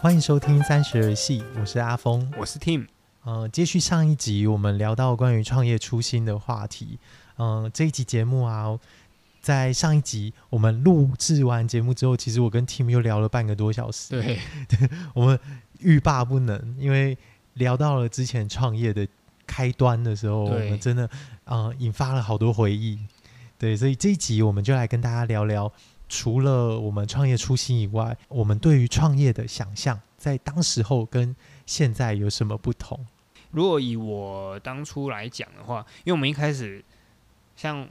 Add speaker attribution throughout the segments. Speaker 1: 欢迎收听《三十而戏》，我是阿峰。
Speaker 2: 我是 Tim，
Speaker 1: 呃，接续上一集，我们聊到关于创业初心的话题。嗯、这一集节目啊，在上一集我们录制完节目之后，其实我跟 Tim 又聊了半个多小时。
Speaker 2: 对，
Speaker 1: 我们欲罢不能，因为聊到了之前创业的开端的时候，我
Speaker 2: 对
Speaker 1: 们真的呃引发了好多回忆。对，所以这一集我们就来跟大家聊聊，除了我们创业初心以外，我们对于创业的想象，在当时候跟现在有什么不同？
Speaker 2: 如果以我当初来讲的话，因为我们一开始像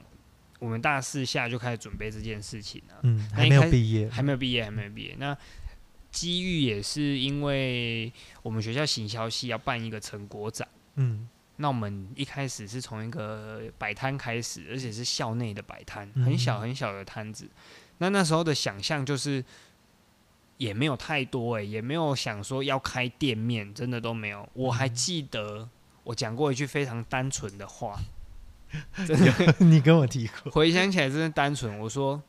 Speaker 2: 我们大四下就开始准备这件事情啊，
Speaker 1: 嗯，
Speaker 2: 那
Speaker 1: 还
Speaker 2: 一
Speaker 1: 没有
Speaker 2: 开
Speaker 1: 毕业，
Speaker 2: 还没有毕业，还没有毕业。那机遇也是因为我们学校行销系要办一个成果展，
Speaker 1: 嗯
Speaker 2: 那我们一开始是从一个摆摊开始，而且是校内的摆摊，
Speaker 1: 嗯
Speaker 2: 很小很小的摊子。那那时候的想象就是。也没有太多诶、也没有想说要开店面，真的都没有。我还记得我讲过一句非常单纯的话，真的
Speaker 1: 你跟我提 过，
Speaker 2: 回想起来真的单纯。我说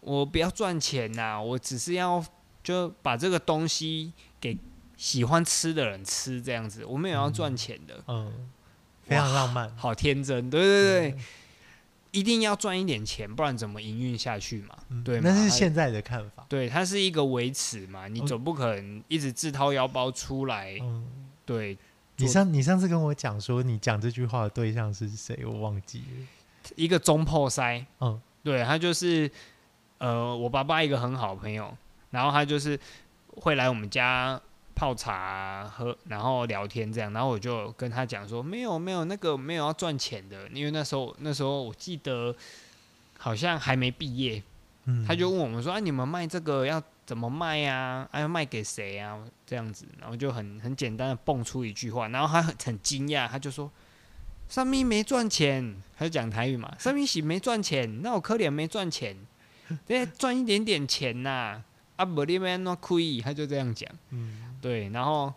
Speaker 2: 我不要赚钱呐、我只是要就把这个东西给喜欢吃的人吃这样子，我没有要赚钱的。
Speaker 1: 嗯，非常浪漫，
Speaker 2: 好天真，对对对，一定要赚一点钱，不然怎么营运下去嘛？
Speaker 1: 嗯
Speaker 2: 对嘛
Speaker 1: 那是
Speaker 2: 还
Speaker 1: 现在的看法，
Speaker 2: 对，它是一个维持嘛，你
Speaker 1: 嗯
Speaker 2: 总不可能一直自掏腰包出来，
Speaker 1: 嗯。
Speaker 2: 对，
Speaker 1: 你
Speaker 2: 做
Speaker 1: 上你上次跟我讲说，你讲这句话的对象是谁？我忘记了。
Speaker 2: 一个中破塞，
Speaker 1: 嗯
Speaker 2: 对他就是，呃，我爸爸一个很好的朋友，然后他就是会来我们家泡茶喝，然后聊天这样，然后我就跟他讲说，没有没有那个没有要赚钱的，因为那时候那时候我记得好像还没毕业，
Speaker 1: 嗯，
Speaker 2: 他就问我们说：“啊，你们卖这个要怎么卖呀、啊？啊，要卖给谁啊？这样子。”然后就很很简单的蹦出一句话，然后他很很惊讶，他就说：“上面没赚钱。”他就讲台语嘛，上面洗没赚钱，那我可怜没赚钱，得赚一点点钱呐、啊，不你们那亏，他就这样讲。
Speaker 1: 嗯
Speaker 2: 对，然后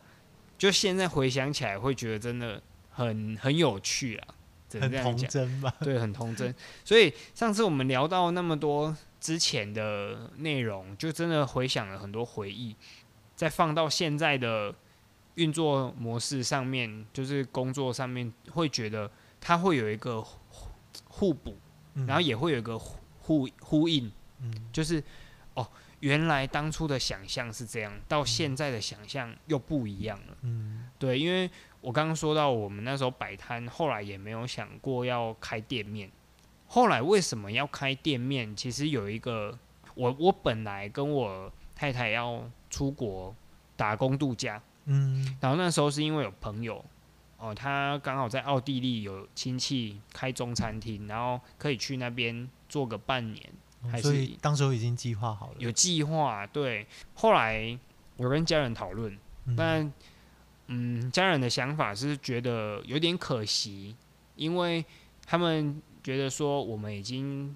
Speaker 2: 就现在回想起来，会觉得真的很很有趣啊，只能
Speaker 1: 很
Speaker 2: 这样
Speaker 1: 童
Speaker 2: 讲。
Speaker 1: 真 吧？
Speaker 2: 对，很童真。所以上次我们聊到那么多之前的内容，就真的回想了很多回忆，再放到现在的运作模式上面，就是工作上面，会觉得它会有一个互互补，
Speaker 1: 嗯
Speaker 2: 然后也会有一个互互呼应，
Speaker 1: 嗯
Speaker 2: 就是哦，原来当初的想象是这样，到现在的想象又不一样了。
Speaker 1: 嗯
Speaker 2: 对，因为我刚刚说到我们那时候摆摊，后来也没有想过要开店面。后来为什么要开店面？其实有一个，我我本来跟我太太要出国打工度假，
Speaker 1: 嗯
Speaker 2: 然后那时候是因为有朋友哦，他刚好在奥地利有亲戚开中餐厅，然后可以去那边做个半年，
Speaker 1: 嗯，
Speaker 2: 还
Speaker 1: 所
Speaker 2: 是
Speaker 1: 以当时候已经计划好了。
Speaker 2: 有计划。对，后来我跟家人讨论，
Speaker 1: 嗯
Speaker 2: 但嗯，家人的想法是觉得有点可惜，因为他们觉得说我们已经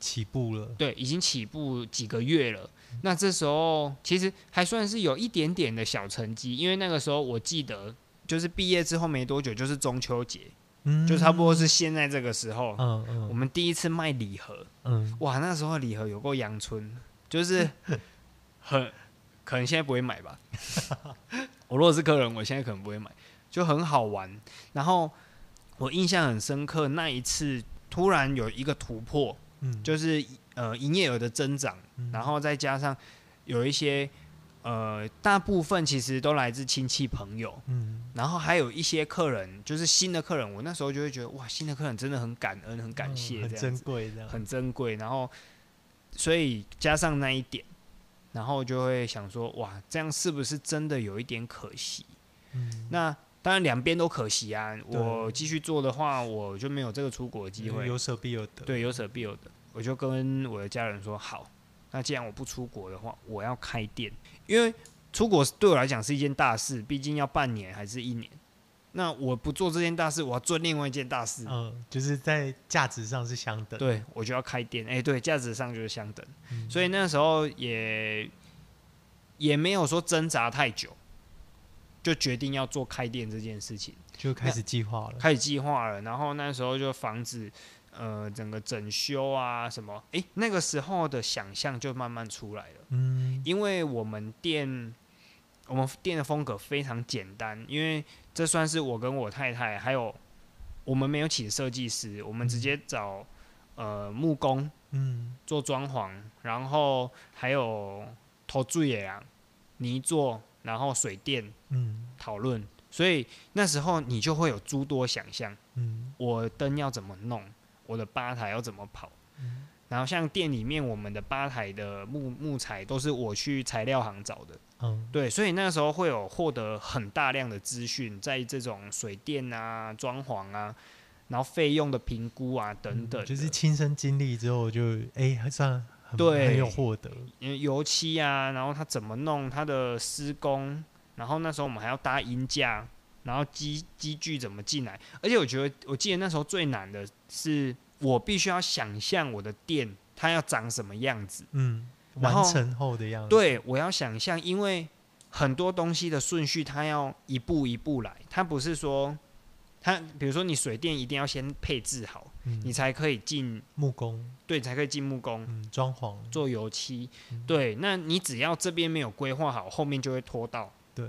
Speaker 1: 起步了，
Speaker 2: 对已经起步几个月了，那这时候其实还算是有一点点的小成绩，因为那个时候我记得就是毕业之后没多久就是中秋节，
Speaker 1: 嗯
Speaker 2: 就差不多是现在这个时候，
Speaker 1: 嗯
Speaker 2: 我
Speaker 1: 嗯
Speaker 2: 们第一次卖礼盒，
Speaker 1: 嗯，
Speaker 2: 哇，那时候礼盒有够阳春，就是 很可能现在不会买吧。我如果是客人，我现在可能不会买，就很好玩。然后我印象很深刻，那一次突然有一个突破，
Speaker 1: 嗯
Speaker 2: 就是呃营业额的增长，然后再加上有一些呃大部分其实都来自亲戚朋友，
Speaker 1: 嗯
Speaker 2: 然后还有一些客人就是新的客人，我那时候就会觉得哇，新的客人真的很感恩，很感
Speaker 1: 嗯
Speaker 2: 谢，
Speaker 1: 很
Speaker 2: 这样
Speaker 1: 珍
Speaker 2: 子
Speaker 1: 贵这样。
Speaker 2: 很珍贵，然后所以加上那一点，然后就会想说，哇，这样是不是真的有一点可惜？
Speaker 1: 嗯
Speaker 2: 那当然两边都可惜啊。
Speaker 1: 对
Speaker 2: 我继续做的话，我就没有这个出国的机
Speaker 1: 有
Speaker 2: 会。
Speaker 1: 有舍必有得。
Speaker 2: 对，有舍必有得。我就跟我的家人说，好，那既然我不出国的话，我要开店，因为出国对我来讲是一件大事，毕竟要半年还是一年。那我不做这件大事，我要做另外一件大事。
Speaker 1: 嗯，就是在价值上是相等。
Speaker 2: 对，我就要开店。哎、对，价值上就是相等，
Speaker 1: 嗯
Speaker 2: 所以那时候也也没有说挣扎太久，就决定要做开店这件事情，
Speaker 1: 就开始计划了。
Speaker 2: 开始计划了。然后那时候就房子，呃，整个整修啊什么，哎、那个时候的想象就慢慢出来了，
Speaker 1: 嗯
Speaker 2: 因为我们店我们店的风格非常简单，因为这算是我跟我太太还有我们没有请设计师，我们直接找呃木工
Speaker 1: 嗯
Speaker 2: 做装潢，然后还有投注野啊泥做，然后水电
Speaker 1: 嗯
Speaker 2: 讨论，所以那时候你就会有诸多想象。
Speaker 1: 嗯
Speaker 2: 我灯要怎么弄，我的吧台要怎么跑。
Speaker 1: 嗯
Speaker 2: 然后像店里面我们的吧台的木木材都是我去材料行找的，
Speaker 1: 嗯
Speaker 2: 对，所以那时候会有获得很大量的资讯，在这种水电啊、装潢啊，然后费用的评估啊等等的，
Speaker 1: 嗯就是亲身经历之后就哎、算很
Speaker 2: 对
Speaker 1: 很有获得，
Speaker 2: 嗯油漆啊，然后它怎么弄，它的施工，然后那时候我们还要搭音架，然后机机具怎么进来，而且我觉得我记得那时候最难的是我必须要想象我的店它要长什么样子，
Speaker 1: 嗯，
Speaker 2: 然后
Speaker 1: 完成后的样子，，
Speaker 2: 对我要想象，因为很多东西的顺序它要一步一步来，它不是说它比如说你水电一定要先配置好，你
Speaker 1: 嗯、
Speaker 2: 才可以进
Speaker 1: 木工，
Speaker 2: 对才可以进木工，
Speaker 1: 嗯，装潢，
Speaker 2: 做油漆，
Speaker 1: 嗯
Speaker 2: 对，那你只要这边没有规划好，后面就会拖到
Speaker 1: 对，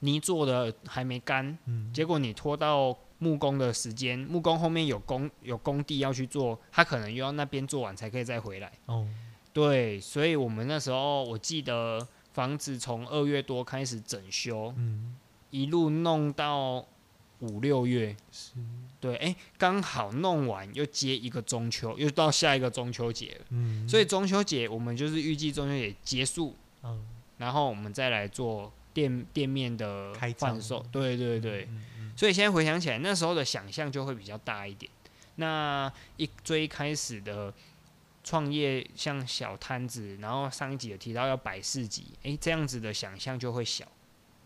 Speaker 2: 泥做的还没干，
Speaker 1: 嗯，
Speaker 2: 结果你拖到木工的时间，木工后面有工有工地要去做，他可能又要那边做完才可以再回来。
Speaker 1: 哦，
Speaker 2: 对，所以我们那时候我记得房子从二月多开始整修，
Speaker 1: 嗯，
Speaker 2: 一路弄到五六月，
Speaker 1: 是，
Speaker 2: 对，哎，刚好弄完又接一个中秋，又到下一个中秋节了，
Speaker 1: 嗯，
Speaker 2: 所以中秋节我们就是预计中秋节结束。
Speaker 1: 嗯，
Speaker 2: 然后我们再来做店店面的
Speaker 1: 开张
Speaker 2: 贩售。对对对，
Speaker 1: 嗯嗯
Speaker 2: 所以现在回想起来，那时候的想象就会比较大一点。那一最一开始的创业，像小摊子，然后上一集有提到要摆市集，诶，这样子的想象就会小，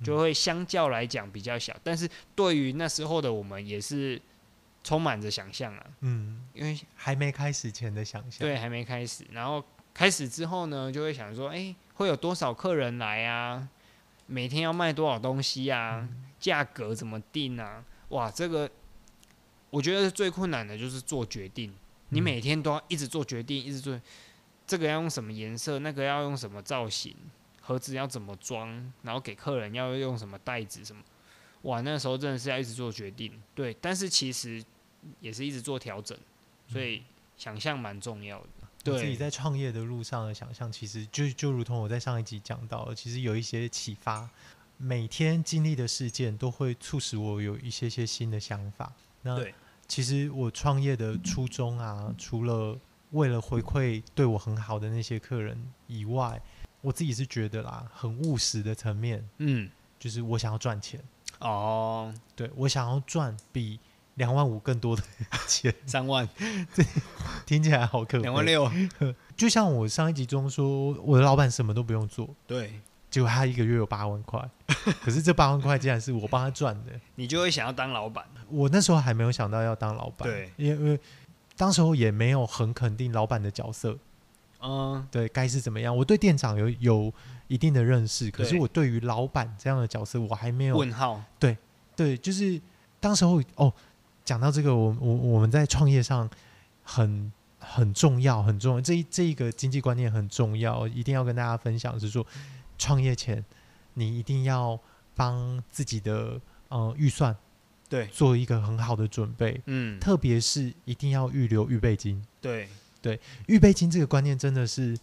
Speaker 1: 嗯
Speaker 2: 就会相较来讲比较小。但是对于那时候的我们，也是充满着想象啊，
Speaker 1: 嗯，
Speaker 2: 因为
Speaker 1: 还没开始前的想象，
Speaker 2: 对，还没开始。然后开始之后呢，就会想说，哎、会有多少客人来啊？每天要卖多少东西啊？价格怎么定啊？哇，这个我觉得最困难的就是做决定。你
Speaker 1: 嗯
Speaker 2: 每天都要一直做决定，一直做这个要用什么颜色，那个要用什么造型，盒子要怎么装，然后给客人要用什么袋子什么。哇，那时候真的是要一直做决定，对，但是其实也是一直做调整，所以想象蛮重要的。
Speaker 1: 我自己
Speaker 2: 对，
Speaker 1: 在创业的路上的想象，其实就就如同我在上一集讲到的，其实有一些启发。每天经历的事件都会促使我有一些些新的想法。那
Speaker 2: 对
Speaker 1: 其实我创业的初衷啊，除了为了回馈对我很好的那些客人以外，我自己是觉得啦，很务实的层面，
Speaker 2: 嗯，
Speaker 1: 就是我想要赚钱，
Speaker 2: 哦，
Speaker 1: 对我想要赚比两万五更多的钱，
Speaker 2: 三万，
Speaker 1: 听起来好可悲。
Speaker 2: 六，
Speaker 1: 就像我上一集中说，我的老板什么都不用做，
Speaker 2: 对
Speaker 1: 结果他一个月有八万 块，可是这八万块竟然是我帮他赚的。
Speaker 2: 你就会想要当老板。
Speaker 1: 我那时候还没有想到要当老板，
Speaker 2: 对，
Speaker 1: 因为当时候也没有很肯定老板的角色，
Speaker 2: 嗯，
Speaker 1: 对该是怎么样。我对店长有有一定的认识，可是
Speaker 2: 对
Speaker 1: 我对于老板这样的角色，我还没有
Speaker 2: 问号，
Speaker 1: 对，就是当时候哦，讲到这个，我我我们在创业上很很重要，很重要，这一这一个经济观念很重要，一定要跟大家分享，是说创业前你一定要帮自己的呃预算
Speaker 2: 对，
Speaker 1: 做一个很好的准备，
Speaker 2: 嗯，
Speaker 1: 特别是一定要预留预备金。
Speaker 2: 对，
Speaker 1: 预备金这个观念真的是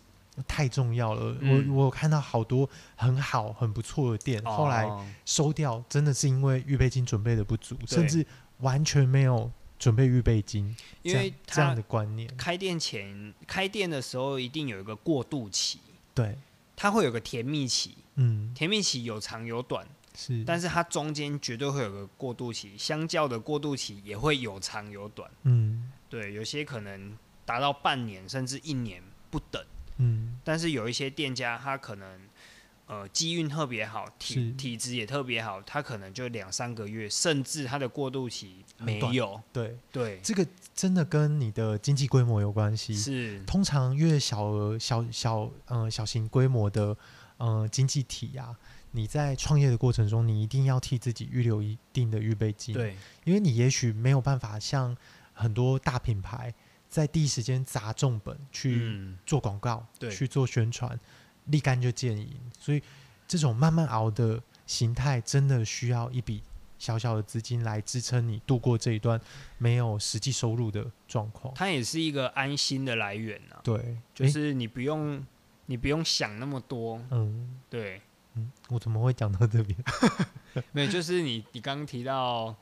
Speaker 1: 太重要了，
Speaker 2: 嗯
Speaker 1: 我我看到好多很好很不错的店，后来
Speaker 2: 哦
Speaker 1: 收掉，真的是因为预备金准备的不足，
Speaker 2: 对
Speaker 1: 甚至完全没有准备预备金，
Speaker 2: 因为
Speaker 1: 这样这
Speaker 2: 他
Speaker 1: 样的观念，
Speaker 2: 开店前、开店的时候一定有一个过渡期，
Speaker 1: 对，
Speaker 2: 它会有个甜蜜期，
Speaker 1: 嗯，
Speaker 2: 甜蜜期有长有短，
Speaker 1: 是，
Speaker 2: 但是它中间绝对会有个过渡期，相较的过渡期也会有长有短，
Speaker 1: 嗯
Speaker 2: 对，有些可能达到半年甚至一年不等，
Speaker 1: 嗯
Speaker 2: 但是有一些店家他可能。呃，机运特别好，体
Speaker 1: 是
Speaker 2: 体质也特别好，他可能就两三个月，甚至他的过渡期没
Speaker 1: 很短
Speaker 2: 有。
Speaker 1: 对，
Speaker 2: 对，
Speaker 1: 这个真的跟你的经济规模有关系。
Speaker 2: 是，
Speaker 1: 通常越小额、小小呃小型规模的呃经济体啊，你在创业的过程中，你一定要替自己预留一定的预备金。，
Speaker 2: 对，
Speaker 1: 因为你也许没有办法像很多大品牌在第一时间砸重本去
Speaker 2: 嗯，
Speaker 1: 做广告，
Speaker 2: 对
Speaker 1: 去做宣传，立竿就见影。所以这种慢慢熬的形态，真的需要一笔小小的资金来支撑你度过这一段没有实际收入的状况。
Speaker 2: 它也是一个安心的来源啊，
Speaker 1: 对，
Speaker 2: 就
Speaker 1: 诶
Speaker 2: 是你不用你不用想那么多，
Speaker 1: 嗯
Speaker 2: 对，
Speaker 1: 嗯，我怎么会讲到这边？
Speaker 2: 没有，就是你你刚刚提到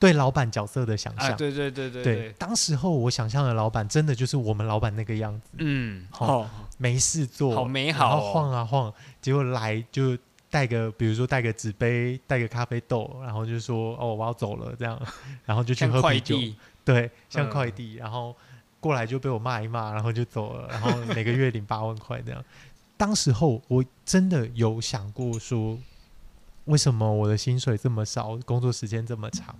Speaker 1: 对老板角色的想
Speaker 2: 啊，
Speaker 1: 象，
Speaker 2: 对对对对
Speaker 1: 对，当时候我想象的老板真的就是我们老板那个样子，
Speaker 2: 嗯，
Speaker 1: 好
Speaker 2: 好，
Speaker 1: 没事做，
Speaker 2: 好美
Speaker 1: 然
Speaker 2: 好
Speaker 1: 后
Speaker 2: 哦，
Speaker 1: 晃啊晃，结果来就带个，比如说带个纸杯，带个咖啡豆，然后就说哦我要走了这样，然后就去
Speaker 2: 像
Speaker 1: 喝
Speaker 2: 快
Speaker 1: 啤酒，
Speaker 2: 递，
Speaker 1: 对，像
Speaker 2: 嗯
Speaker 1: 快递，然后过来就被我骂一骂，然后就走了，然后每个月领八万块这样。当时候我真的有想过说，为什么我的薪水这么少，工作时间这么长，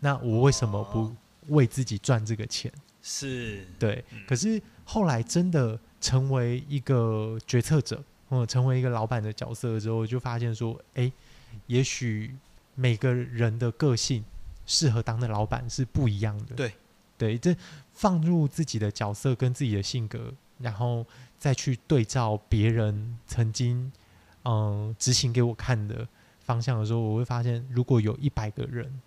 Speaker 1: 那我为什么不
Speaker 3: 哦
Speaker 1: 为自己赚这个钱？
Speaker 3: 是，
Speaker 1: 对，可是后来真的成为一个决策者，或者成为一个老板的角色之后，就发现说，诶，也许每个人的个性适合当的老板是不一样的。
Speaker 3: 对，
Speaker 1: 对，这放入自己的角色跟自己的性格，然后再去对照别人曾经嗯执行给我看的方向的时候，我会发现，如果有一百个人，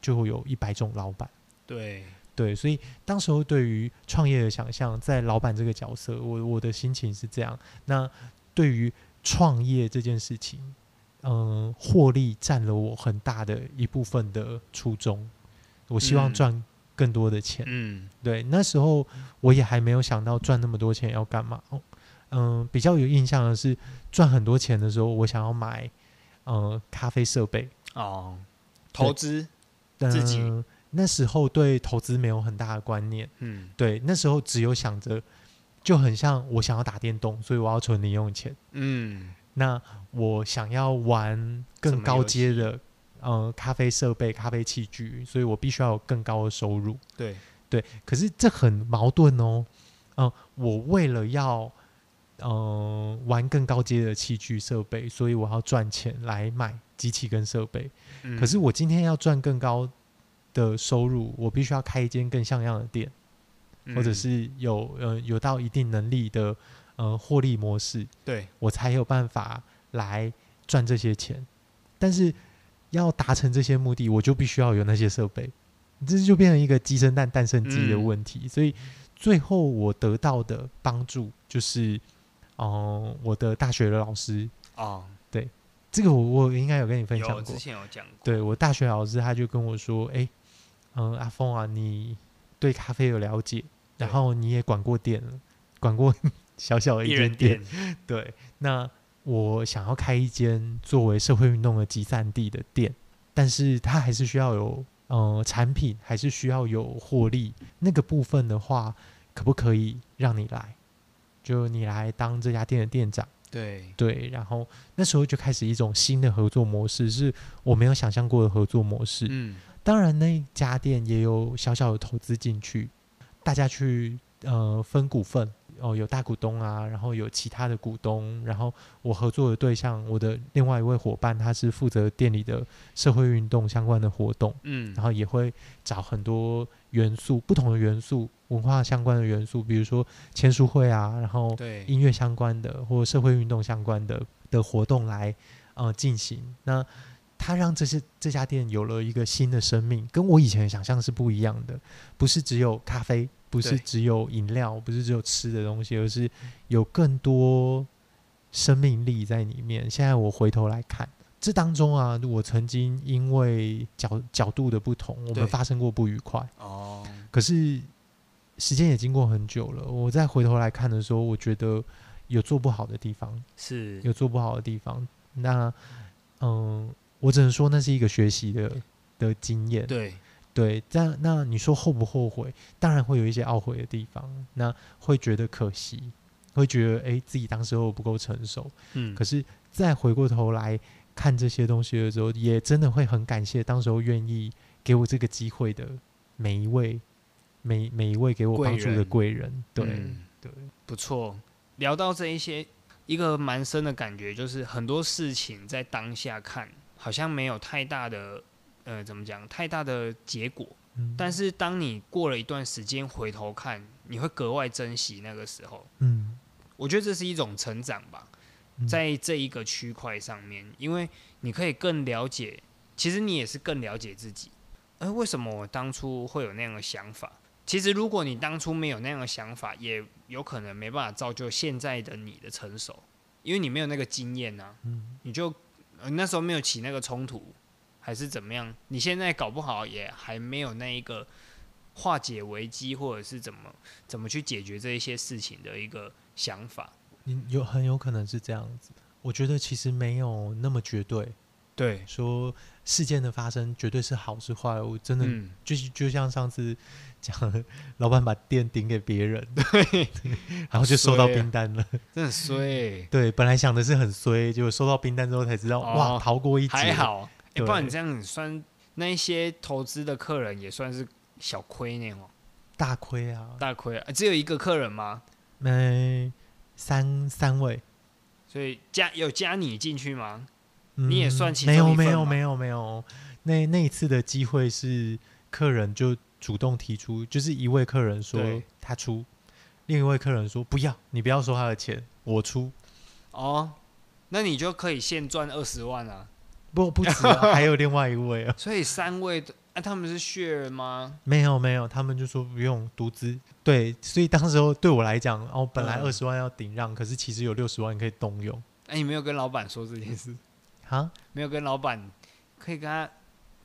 Speaker 1: 就会有一百种老板。
Speaker 2: 对，
Speaker 1: 对，所以当时候对于创业的想象，在老板这个角色，我我的心情是这样。那对于创业这件事情，嗯、获利占了我很大的一部分的初衷。我希望
Speaker 2: 嗯
Speaker 1: 赚更多的钱。
Speaker 2: 嗯，
Speaker 1: 对，那时候我也还没有想到赚那么多钱要干嘛。哦嗯、比较有印象的是，赚很多钱的时候，我想要买呃咖啡设备。
Speaker 2: 哦，投资，自己
Speaker 1: 嗯那时候对投资没有很大的观念。
Speaker 2: 嗯，
Speaker 1: 对，那时候只有想着，就很像我想要打电动，所以我要存零用钱。
Speaker 2: 嗯，
Speaker 1: 那我想要玩
Speaker 2: 什
Speaker 1: 更
Speaker 2: 么
Speaker 1: 高
Speaker 2: 游
Speaker 1: 阶的，呃，咖啡设备、咖啡器具，所以我必须要有更高的收入。
Speaker 2: 对，
Speaker 1: 对，可是这很矛盾哦。嗯、我为了要，呃，玩更高阶的器具设备，所以我要赚钱来买机器跟设备。
Speaker 2: 嗯
Speaker 1: 可是我今天要赚更高的收入，我必须要开一间更像样的店。或者
Speaker 2: 嗯
Speaker 1: 是有呃有到一定能力的呃获利模式，
Speaker 2: 对，
Speaker 1: 我才有办法来赚这些钱。但是要达成这些目的，我就必须要有那些设备，这就变成一个鸡生蛋，蛋生鸡的
Speaker 2: 嗯
Speaker 1: 问题。所以最后我得到的帮助就是，哦、我的大学的老师，
Speaker 2: 哦，
Speaker 1: 这个我我应该有跟你分
Speaker 2: 有
Speaker 1: 享过
Speaker 2: 之，前有讲过，
Speaker 1: 对我大学老师他就跟我说，诶，嗯，阿峰啊，你对咖啡有了解，然
Speaker 2: 对
Speaker 1: 后你也管过店了，管过 小小的一
Speaker 2: 一
Speaker 1: 间
Speaker 2: 人店，
Speaker 1: 对，那我想要开一间作为社会运动的集散地的店，但是它还是需要有呃产品，还是需要有获利那个部分的话，可不可以让你来？就你来当这家店的店长。
Speaker 2: 对，
Speaker 1: 对，然后那时候就开始一种新的合作模式，是我没有想象过的合作模式。
Speaker 2: 嗯，
Speaker 1: 当然，那一家店也有小小的投资进去，大家去呃分股份哦，有大股东啊，然后有其他的股东，然后我合作的对象，我的另外一位伙伴，他是负责店里的社会运动相关的活动，
Speaker 2: 嗯，
Speaker 1: 然后也会找很多元素，不同的元素，文化相关的元素，比如说签书会啊，然后
Speaker 2: 对，
Speaker 1: 音乐相关的或社会运动相关的的活动来呃进行。那它让这些这家店有了一个新的生命，跟我以前的想象是不一样的。不是只有咖啡，不是
Speaker 2: 对
Speaker 1: 只有饮料，不是只有吃的东西，而是有更多生命力在里面。现在我回头来看。这当中啊，我曾经因为角角度的不同，我
Speaker 3: 对
Speaker 1: 们发生过不愉快。
Speaker 3: 哦，
Speaker 1: 可是时间也经过很久了，我再回头来看的时候，我觉得有做不好的地方，
Speaker 3: 是
Speaker 1: 有做不好的地方。那嗯，我只能说那是一个学习的的经验。
Speaker 2: 对，
Speaker 1: 对，但那你说后不后悔？当然会有一些懊悔的地方，那会觉得可惜，会觉得诶自己当时候不够成熟。
Speaker 2: 嗯，
Speaker 1: 可是再回过头来看这些东西的时候，也真的会很感谢当时候愿意给我这个机会的每一位，每每一位给我
Speaker 2: 贵
Speaker 1: 帮助的
Speaker 2: 人
Speaker 1: 贵人。对、
Speaker 2: 嗯
Speaker 1: 对，
Speaker 2: 不错。聊到这一些，一个蛮深的感觉就是，很多事情在当下看好像没有太大的，呃，怎么讲，太大的结果。
Speaker 1: 嗯
Speaker 2: 但是当你过了一段时间回头看，你会格外珍惜那个时候。
Speaker 1: 嗯
Speaker 2: 我觉得这是一种成长吧。
Speaker 1: 嗯
Speaker 2: 在这一个区块上面，因为你可以更了解，其实你也是更了解自己。哎、为什么我当初会有那样的想法？其实如果你当初没有那样的想法，也有可能没办法造就现在的你的成熟，因为你没有那个经验呐、你就呃那时候没有起那个冲突，还是怎么样？你现在搞不好也还没有那一个化解危机，或者是怎么怎么去解决这一些事情的一个想法。
Speaker 1: 你有很有可能是这样子。我觉得其实没有那么绝对，
Speaker 2: 对，
Speaker 1: 说事件的发生绝对是好是坏，我真的、
Speaker 2: 嗯，
Speaker 1: 就是就像上次讲的，老板把店顶给别人，对，然后就收到
Speaker 2: 衰啊
Speaker 1: 冰单了。
Speaker 2: 真的衰欸，
Speaker 1: 对，本来想的是很衰，结果收到冰单之后才知道，
Speaker 2: 哦
Speaker 1: 哇，逃过一劫。
Speaker 2: 还，好。哎、
Speaker 1: 对
Speaker 2: 不然你这样子算那一些投资的客人也算是小亏呢哦，
Speaker 1: 大亏啊！
Speaker 2: 大亏、啊只有一个客人吗？
Speaker 1: 那、三三位，
Speaker 2: 所以加有加你进去吗？
Speaker 1: 嗯
Speaker 2: 你也算其中
Speaker 1: 没有
Speaker 2: 一份
Speaker 1: 没有
Speaker 2: 吗
Speaker 1: 没有没有，那那一次的机会是客人就主动提出，就是一位客人说
Speaker 2: 对
Speaker 1: 他出，另一位客人说不要，你不要收他的钱，我出。
Speaker 2: 哦，那你就可以现赚二十万啊。
Speaker 1: 不不止、 啊，还有另外一位啊，
Speaker 2: 所以三位的啊，他们是 share 吗？
Speaker 1: 没有没有，他们就说不用独资。对，所以当时候对我来讲，哦，本来
Speaker 2: 嗯
Speaker 1: 二十万要顶让，可是其实有六十万可以动用。
Speaker 2: 哎、你没有跟老板说这件事，
Speaker 1: 哈，
Speaker 2: 没有跟老板可以跟他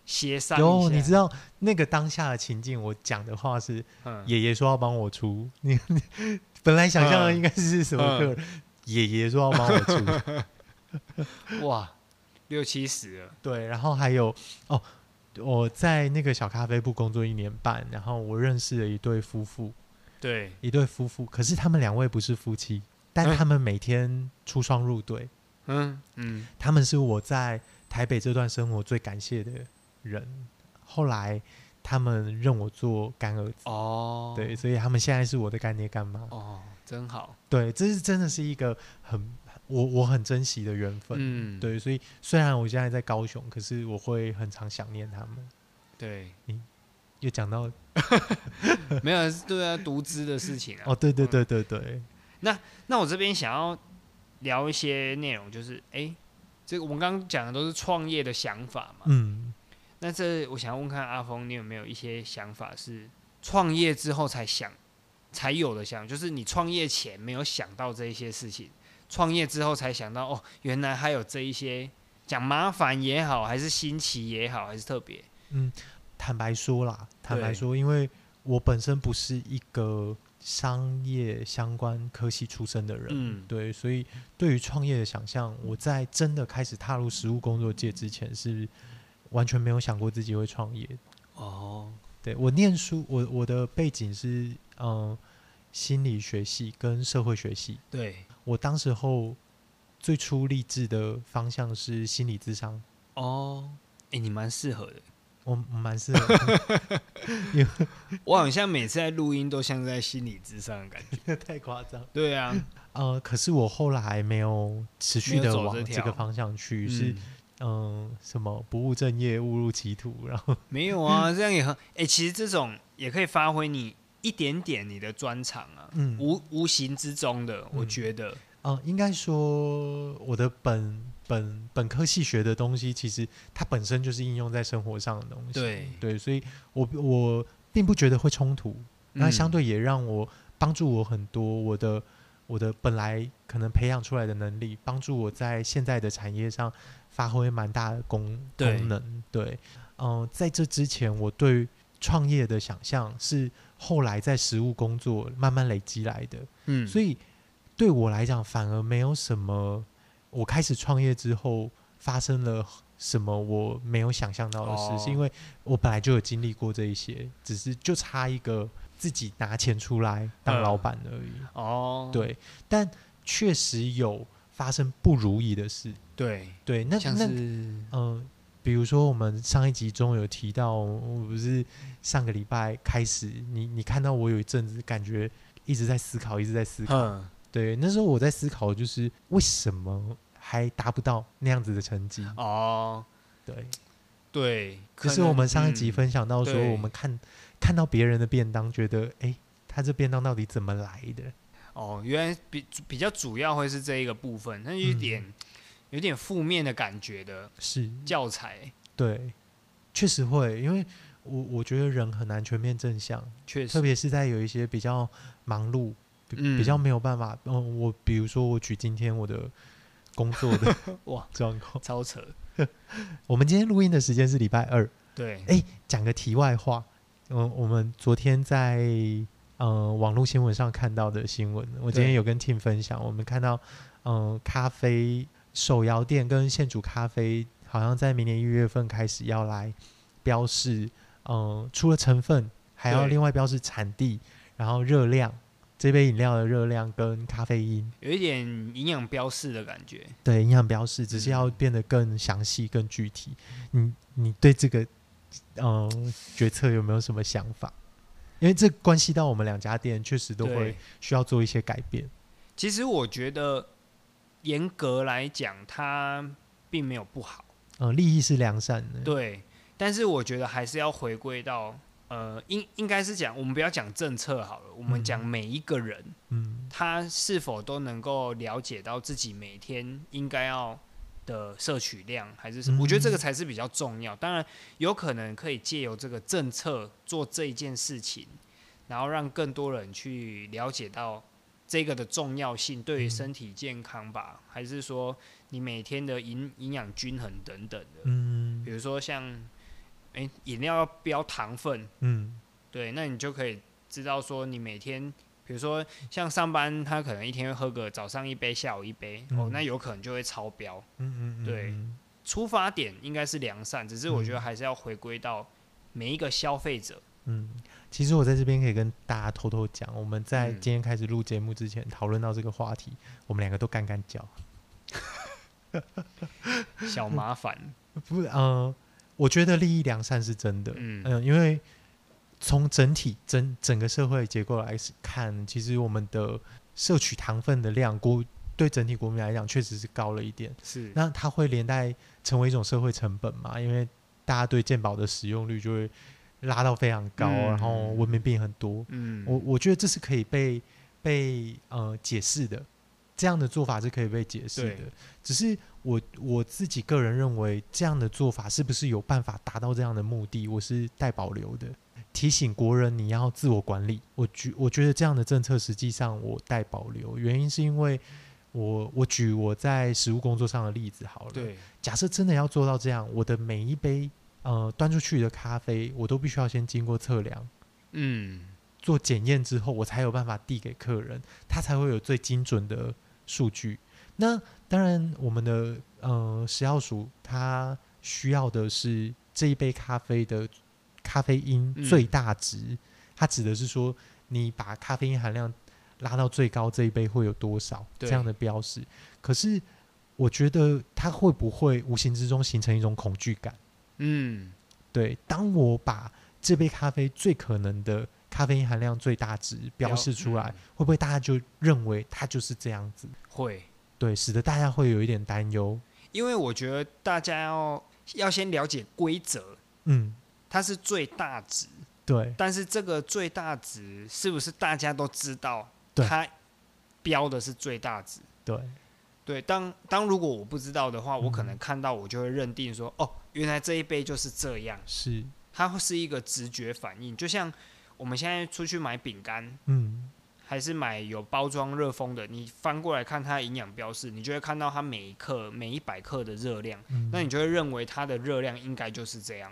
Speaker 2: 协商一
Speaker 1: 有
Speaker 2: 下。
Speaker 1: 你知道那个当下的情境，我讲的话是
Speaker 2: 嗯，
Speaker 1: 爷爷说要帮我出， 你本来想象的应该是什么
Speaker 2: 嗯
Speaker 1: 客人，爷爷说要帮我 出，
Speaker 2: 哇，六七十了，
Speaker 1: 对，然后还有哦，我在那个小咖啡部工作一年半，然后我认识了一对夫妇，
Speaker 2: 对，
Speaker 1: 一对夫妇，可是他们两位不是夫妻，但
Speaker 2: 嗯
Speaker 1: 他们每天出双入对，
Speaker 2: 嗯嗯，
Speaker 1: 他们是我在台北这段生活最感谢的人。后来他们认我做干儿子，
Speaker 2: 哦，
Speaker 1: 对，，所以他们现在是我的干爹干妈。
Speaker 2: 哦，真好，
Speaker 1: 对，这是真的是一个很我我很珍惜的缘分。
Speaker 2: 嗯，
Speaker 1: 对，所以虽然我现在在高雄，可是我会很常想念他们。
Speaker 2: 对，
Speaker 1: 又讲到
Speaker 2: 没有，是对啊，独资的事情啊。
Speaker 1: 哦，对对对对对，
Speaker 2: 那我这边想要聊一些内容，就是哎、这个我们刚刚讲的都是创业的想法嘛。
Speaker 1: 嗯，
Speaker 2: 那这我想问看阿峰，你有没有一些想法是创业之后才想才有的想，就是你创业前没有想到这一些事情，创业之后才想到哦，原来还有这一些，讲麻烦也好，还是新奇也好，还是特别，
Speaker 1: 坦白说啦，坦白
Speaker 2: 对
Speaker 1: 说，因为我本身不是一个商业相关科系出身的人，
Speaker 2: 嗯，
Speaker 1: 对，所以对于创业的想象，我在真的开始踏入实务工作界之前，是完全没有想过自己会创业。
Speaker 2: 哦，
Speaker 1: 对我念书，我我的背景是嗯、呃心理学系跟社会学系，
Speaker 2: 对，
Speaker 1: 我当时候最初立志的方向是心理智商，
Speaker 2: 哦，哎、你蛮适合的，
Speaker 1: 我我蛮适合 的，
Speaker 2: 我好像每次在录音都像在心理智商的 感觉，
Speaker 1: 太夸张。
Speaker 2: 对啊，
Speaker 1: 呃，可是我后来没有持续
Speaker 2: 没有
Speaker 1: 的
Speaker 2: 走
Speaker 1: 往
Speaker 2: 这
Speaker 1: 这个
Speaker 2: 条
Speaker 1: 方向去，是嗯、什么不务正业，误入歧途，然后
Speaker 2: 没有啊，这样也很哎、其实这种也可以发挥你一点点你的专长啊，
Speaker 1: 嗯
Speaker 2: 无无形之中的，我
Speaker 1: 嗯
Speaker 2: 觉得，
Speaker 1: 呃，应该说我的本本本科系学的东西，其实它本身就是应用在生活上的东西，
Speaker 2: 对
Speaker 1: 对，所以我我并不觉得会冲突，那
Speaker 2: 嗯
Speaker 1: 相对也让我帮助我很多，我的我的本来可能培养出来的能力，帮助我在现在的产业上发挥蛮大的功
Speaker 2: 对
Speaker 1: 功能。对，嗯、在这之前，我对创业的想象是后来在实务工作慢慢累积来的，
Speaker 2: 嗯，
Speaker 1: 所以对我来讲，反而没有什么。我开始创业之后发生了什么我没有想象到的事，
Speaker 2: 哦
Speaker 1: 是因为我本来就有经历过这一些，只是就差一个自己拿钱出来当
Speaker 2: 嗯
Speaker 1: 老板而已。
Speaker 2: 哦，
Speaker 1: 对，但确实有发生不如意的事。
Speaker 2: 对，
Speaker 1: 对，那
Speaker 2: 像
Speaker 1: 那
Speaker 2: 是
Speaker 1: 嗯、呃比如说我们上一集中有提到，我不是上个礼拜开始，你你看到我有一阵子感觉一直在思考，一直在思考。
Speaker 2: 嗯，
Speaker 1: 对，那时候我在思考，就是为什么还达不到那样子的成绩？
Speaker 2: 哦，
Speaker 1: 对，
Speaker 2: 对，
Speaker 1: 可
Speaker 2: 可
Speaker 1: 是我
Speaker 2: 能
Speaker 1: 们上一集
Speaker 2: 嗯
Speaker 1: 分享到说，
Speaker 2: 对
Speaker 1: 我们看看到别人的便当，觉得哎、诶他这便当到底怎么来的？
Speaker 2: 哦，原来比比较主要会是这一个部分，那有点、
Speaker 1: 嗯
Speaker 2: 有点负面的感觉的
Speaker 1: 是
Speaker 2: 教材，
Speaker 1: 对，确实会，因为我我觉得人很难全面正向，
Speaker 2: 确
Speaker 1: 特
Speaker 2: 实，
Speaker 1: 别是在有一些比较忙碌、比
Speaker 2: 嗯
Speaker 1: 比较没有办法，嗯、我比如说我举今天我的工作的
Speaker 2: 哇
Speaker 1: 状况，
Speaker 2: 超扯，
Speaker 1: 我们今天录音的时间是礼拜二，
Speaker 2: 对，
Speaker 1: 哎，讲个题外话，嗯、我们昨天在呃网络新闻上看到的新闻，我今天
Speaker 2: 对
Speaker 1: 有跟 Tim 分享，我们看到嗯、呃咖啡手摇店跟现煮咖啡好像在明年一月份开始要来标示，嗯、除了成分，还要
Speaker 2: 对
Speaker 1: 另外标示产地，然后热量，这杯饮料的热量跟咖啡因，
Speaker 2: 有一点营养标示的感觉，
Speaker 1: 对营养标示，只是要
Speaker 2: 嗯
Speaker 1: 变得更详细、更具体。你你对这个嗯、呃决策有没有什么想法？因为这关系到我们两家店确实都
Speaker 2: 对
Speaker 1: 会。需要做一些改变。
Speaker 2: 其实我觉得，严格来讲，它并没有不好，
Speaker 1: 嗯、利益是良善的，
Speaker 2: 对。但是我觉得还是要回归到，呃，应应该是讲，我们不要讲政策好了，我们
Speaker 1: 嗯
Speaker 2: 讲每一个人，
Speaker 1: 嗯
Speaker 2: 他是否都能够了解到自己每天应该要的摄取量还是什
Speaker 1: 嗯
Speaker 2: 么？我觉得这个才是比较重要。当然，有可能可以借由这个政策做这一件事情，然后让更多人去了解到这个的重要性，
Speaker 1: 嗯
Speaker 2: 对于身体健康吧，还是说你每天的营营养均衡等等的。
Speaker 1: 嗯
Speaker 2: 比如说像，诶、饮料要标糖分，
Speaker 1: 嗯
Speaker 2: 对，那你就可以知道说，你每天，比如说像上班，他可能一天会喝个早上一杯，下午一杯，哦
Speaker 1: 嗯，
Speaker 2: 那有可能就会超标。
Speaker 1: 嗯嗯，
Speaker 2: 对
Speaker 1: 嗯
Speaker 2: 出发点应该是良善，只是我觉得
Speaker 1: 嗯
Speaker 2: 还是要回归到每一个消费 者。
Speaker 1: 嗯，其实我在这边可以跟大家偷偷讲，我们在
Speaker 2: 嗯
Speaker 1: 今天开始录节目之前讨论到这个话题，我们两个都干干叫。
Speaker 2: 小麻烦，
Speaker 1: 不，呃，我觉得利益良善是真的，嗯
Speaker 2: 嗯
Speaker 1: 因为从整体整整个社会结构来看，其实我们的摄取糖分的量，国对整体国民来讲确实是高了一点。
Speaker 2: 是
Speaker 1: 那它会连带成为一种社会成本嘛？因为大家对健保的使用率就会拉到非常高，
Speaker 2: 嗯
Speaker 1: 然后文明病很多。
Speaker 2: 嗯，
Speaker 1: 我我觉得这是可以被被呃解释的，这样的做法是可以被解释的
Speaker 2: 对。
Speaker 1: 只是我我自己个人认为，这样的做法是不是有办法达到这样的目的，我是带保留的。提醒国人你要自我管理，我觉我觉得这样的政策实际上我带保留，原因是因为我我举我在实务工作上的例子好了，
Speaker 2: 对，
Speaker 1: 假设真的要做到这样，我的每一杯呃端出去的咖啡，我都必须要先经过测量，
Speaker 2: 嗯，
Speaker 1: 做检验之后，我才有办法递给客人，他才会有最精准的数据。那当然，我们的呃食药署它需要的是这一杯咖啡的咖啡因
Speaker 2: 嗯
Speaker 1: 最大值，它指的是说你把咖啡因含量拉到最高，这一杯会有多少这
Speaker 2: 对
Speaker 1: 样的标识。可是我觉得它会不会无形之中形成一种恐惧感？
Speaker 2: 嗯，
Speaker 1: 对，当我把这杯咖啡最可能的咖啡因含量最大值标
Speaker 2: 标
Speaker 1: 示出来，
Speaker 2: 嗯
Speaker 1: 会不会大家就认为它就是这样子？
Speaker 2: 会，
Speaker 1: 对，使得大家会有一点担忧。
Speaker 2: 因为我觉得大家要要先了解规则，
Speaker 1: 嗯，
Speaker 2: 它是最大值，
Speaker 1: 对，
Speaker 2: 但是这个最大值是不是大家都知道？
Speaker 1: 对
Speaker 2: 它标的是最大值。
Speaker 1: 对，
Speaker 2: 对，当当如果我不知道的话，我可
Speaker 1: 嗯
Speaker 2: 能看到我就会认定说，哦，原来这一杯就是这样，
Speaker 1: 是，
Speaker 2: 它是一个直觉反应。就像我们现在出去买饼干，
Speaker 1: 嗯，
Speaker 2: 还是买有包装热风的，你翻过来看它的营养标示，你就会看到它每一克每一百克的热量，
Speaker 1: 嗯
Speaker 2: 那你就会认为它的热量应该就是这样。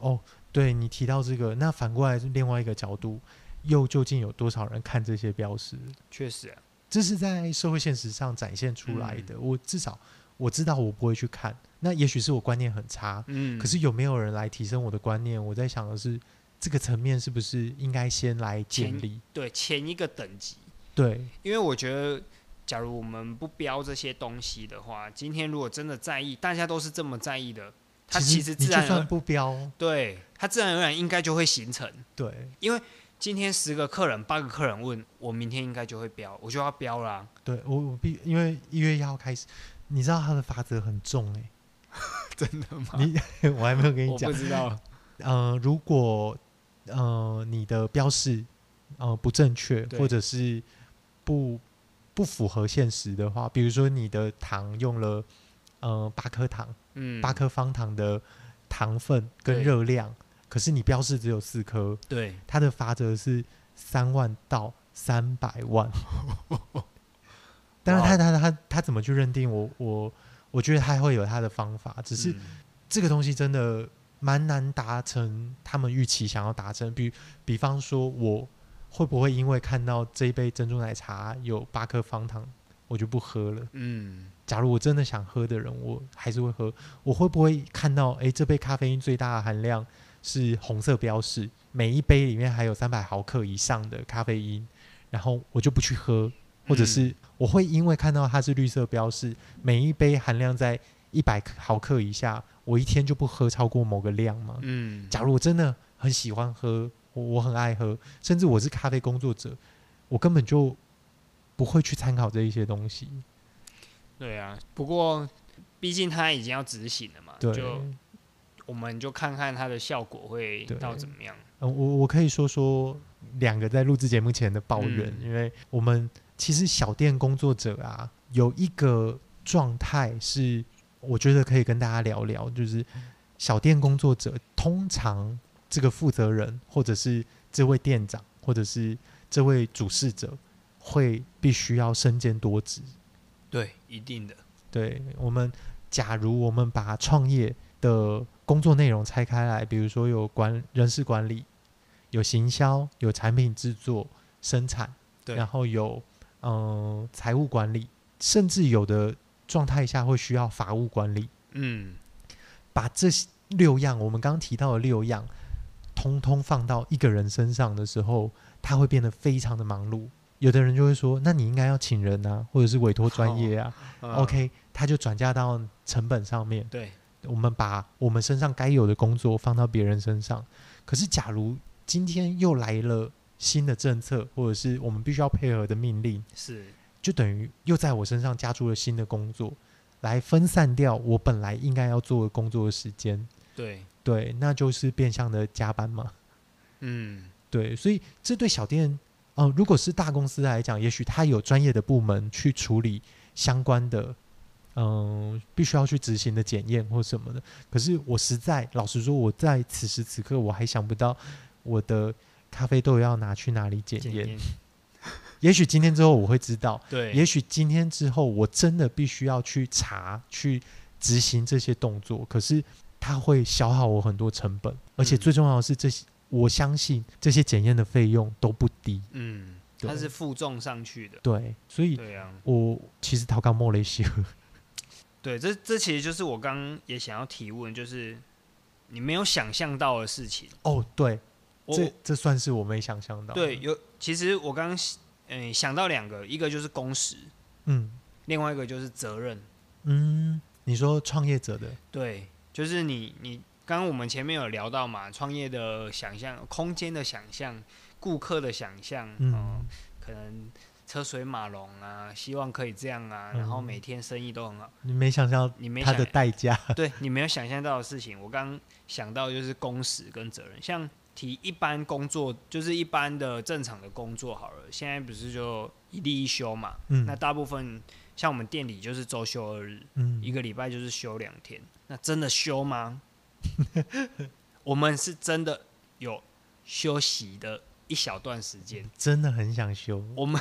Speaker 1: 哦，对你提到这个，那反过来是另外一个角度，又究竟有多少人看这些标识？
Speaker 2: 确实、啊，
Speaker 1: 这是在社会现实上展现出
Speaker 2: 嗯
Speaker 1: 来的。我至少我知道我不会去看，那也许是我观念很差，
Speaker 2: 嗯，
Speaker 1: 可是有没有人来提升我的观念？我在想的是，这个层面是不是应该先来建
Speaker 2: 前
Speaker 1: 立？
Speaker 2: 对前一个等级，
Speaker 1: 对，
Speaker 2: 因为我觉得，假如我们不标这些东西的话，今天如果真的在意，大家都是这么在意的，它其实
Speaker 1: 你
Speaker 2: 自
Speaker 1: 就
Speaker 2: 然而嗯
Speaker 1: 算不标，
Speaker 2: 对它自然而然应该就会形成。
Speaker 1: 对
Speaker 2: 今天十个客人，八个客人问我，明天应该就会标，我就要标啦、
Speaker 1: 对，我我必因为一月一号开始，你知道他的法则很重哎、
Speaker 2: 真的吗
Speaker 1: 你 我还没有跟你
Speaker 2: 我
Speaker 1: 讲
Speaker 2: 不，知道。
Speaker 1: 呃，如果呃你的标示呃不正确，
Speaker 2: 对
Speaker 1: 或者是不不符合现实的话，比如说你的糖用了呃八颗糖，
Speaker 2: 嗯，
Speaker 1: 八颗方糖的糖分跟
Speaker 2: 对
Speaker 1: 热量，可是你标示只有四颗，
Speaker 2: 对，
Speaker 1: 它的罚则是三万到三百 万。当然
Speaker 2: 哇
Speaker 1: 他，他
Speaker 2: 哦
Speaker 1: 他他他怎么去认定我我？我觉得他会有他的方法，只是
Speaker 2: 嗯
Speaker 1: 这个东西真的蛮难达成他们预期想要达成。比比方说，我会不会因为看到这一杯珍珠奶茶有八颗方糖，我就不喝了？
Speaker 2: 嗯
Speaker 1: 假如我真的想喝的人，我还是会喝。我会不会看到，诶，这杯咖啡因最大的含量是红色标示，每一杯里面含有三百毫克以上的咖啡因，然后我就不去喝，或者是我会因为看到它是绿色标示，每一杯含量在一百毫克以下，我一天就不喝超过某个量吗？
Speaker 2: 嗯，
Speaker 1: 假如我真的很喜欢喝，我我很爱喝，甚至我是咖啡工作者，我根本就不会去参考这一些东西。
Speaker 2: 对啊，不过毕竟他已经要执行了嘛，
Speaker 1: 对。
Speaker 2: 就我们就看看它的效果会
Speaker 1: 对
Speaker 2: 到怎么样。
Speaker 1: 嗯，我我可以说说两个在录制节目前的抱怨，
Speaker 2: 嗯
Speaker 1: 因为我们其实小店工作者啊，有一个状态是，我觉得可以跟大家聊聊，就是小店工作者通常这个负责人或者是这位店长或者是这位主事者会必须要身兼多职，
Speaker 2: 对，一定的。
Speaker 1: 对我们，假如我们把创业的工作内容拆开来，比如说有管人事管理，有行销，有产品制作、生产，
Speaker 2: 对
Speaker 1: 然后有嗯、呃财务管理，甚至有的状态下会需要法务管理。
Speaker 2: 嗯，
Speaker 1: 把这些六样，我们刚刚提到的六样，通通放到一个人身上的时候，他会变得非常的忙碌。有的人就会说，那你应该要请人啊，或者是委托专业啊。
Speaker 2: 呃
Speaker 1: OK，它就转嫁到成本上面。
Speaker 2: 对，
Speaker 1: 我们把我们身上该有的工作放到别人身上。可是，假如今天又来了新的政策，或者是我们必须要配合的命令，
Speaker 2: 是，
Speaker 1: 就等于又在我身上加注了新的工作，来分散掉我本来应该要做的工作的时间。
Speaker 2: 对，
Speaker 1: 对，那就是变相的加班嘛。
Speaker 2: 嗯，
Speaker 1: 对，所以这对小店，呃，如果是大公司来讲，也许它有专业的部门去处理相关的，嗯、必须要去执行的检验或什么的。可是我实在老实说，我在此时此刻我还想不到我的咖啡豆要拿去哪里检
Speaker 2: 检
Speaker 1: 验。
Speaker 2: 验
Speaker 1: 也许今天之后我会知道，
Speaker 2: 对，
Speaker 1: 也许今天之后我真的必须要去查去执行这些动作，可是它会消耗我很多成本，而且
Speaker 2: 嗯
Speaker 1: 最重要的是这些。我相信这些检验的费用都不低，
Speaker 2: 嗯，
Speaker 1: 对
Speaker 2: 它是负重上去的。
Speaker 1: 对，所以
Speaker 2: 对啊，
Speaker 1: 我其实逃刚莫雷西河，
Speaker 2: 对，这这其实就是我刚刚也想要提问，就是你没有想象到的事情。
Speaker 1: 哦，对，
Speaker 2: 我
Speaker 1: 这这算是我没想象到，
Speaker 2: 对，有，其实我刚刚嗯、想到两个，一个就是工时，
Speaker 1: 嗯
Speaker 2: 另外一个就是责任。
Speaker 1: 嗯，你说创业者的，
Speaker 2: 对，就是你你刚刚我们前面有聊到嘛，创业的想象、空间的想象、顾客的想象，
Speaker 1: 嗯
Speaker 2: 哦可能车水马龙啊，希望可以这样啊，然后
Speaker 1: 嗯
Speaker 2: 每天生意都很好，
Speaker 1: 你没想象
Speaker 2: 你没
Speaker 1: 它
Speaker 2: 想
Speaker 1: 的代价，
Speaker 2: 对你没有想象到的事情，我刚想到就是工时跟责任，像提一般工作，就是一般的正常的工作好了，现在不是就一例一休嘛，
Speaker 1: 嗯
Speaker 2: 那大部分像我们店里就是周休二日，一
Speaker 1: 嗯，
Speaker 2: 个礼拜就是休两天，那真的 休吗？我们是真的有休息的一小段时间。
Speaker 1: 真的很想修，
Speaker 2: 我们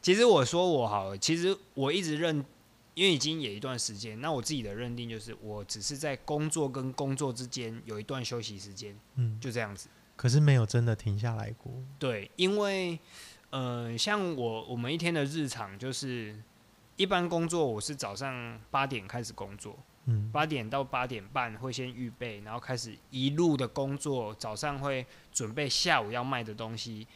Speaker 2: 其实我说我好了，其实我一直认，因为已经也一段时间，那我自己的认定就是，我只是在工作跟工作之间有一段休息时间，
Speaker 1: 嗯，
Speaker 2: 就这样子。
Speaker 1: 可是没有真的停下来过，
Speaker 2: 对，因为呃，像我我们一天的日常就是，一般工作我是早上八点开始工作，
Speaker 1: 嗯
Speaker 2: 八点到八点半会先预备，然后开始一路的工作。早上会准备下午要卖的东西，